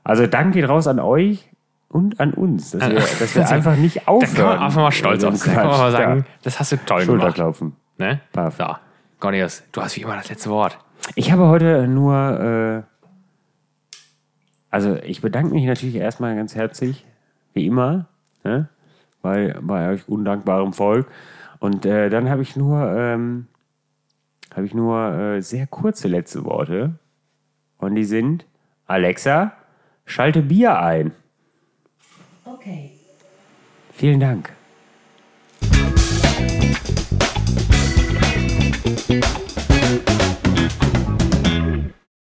B: Also Dank geht raus an euch und an uns, dass wir, dass wir einfach nicht
A: Also, Da kann man
B: aufhören.
A: einfach mal stolz
B: mit
A: auf
B: dem
A: sein. Da kann man
B: Quatsch.
A: mal sagen,
B: Ja.
A: das hast du toll gemacht.
B: Schulterklopfen.
A: Ne?
B: Paff.
A: So. Gornius, du hast wie immer das letzte Wort.
B: Ich habe heute nur, äh, also ich bedanke mich natürlich erstmal ganz herzlich, wie immer, ne? bei, bei euch undankbarem Volk. Und äh, dann habe ich nur, ähm, habe ich nur äh, sehr kurze letzte Worte. Und die sind, Alexa, schalte Bier ein.
C: Okay.
B: Vielen Dank.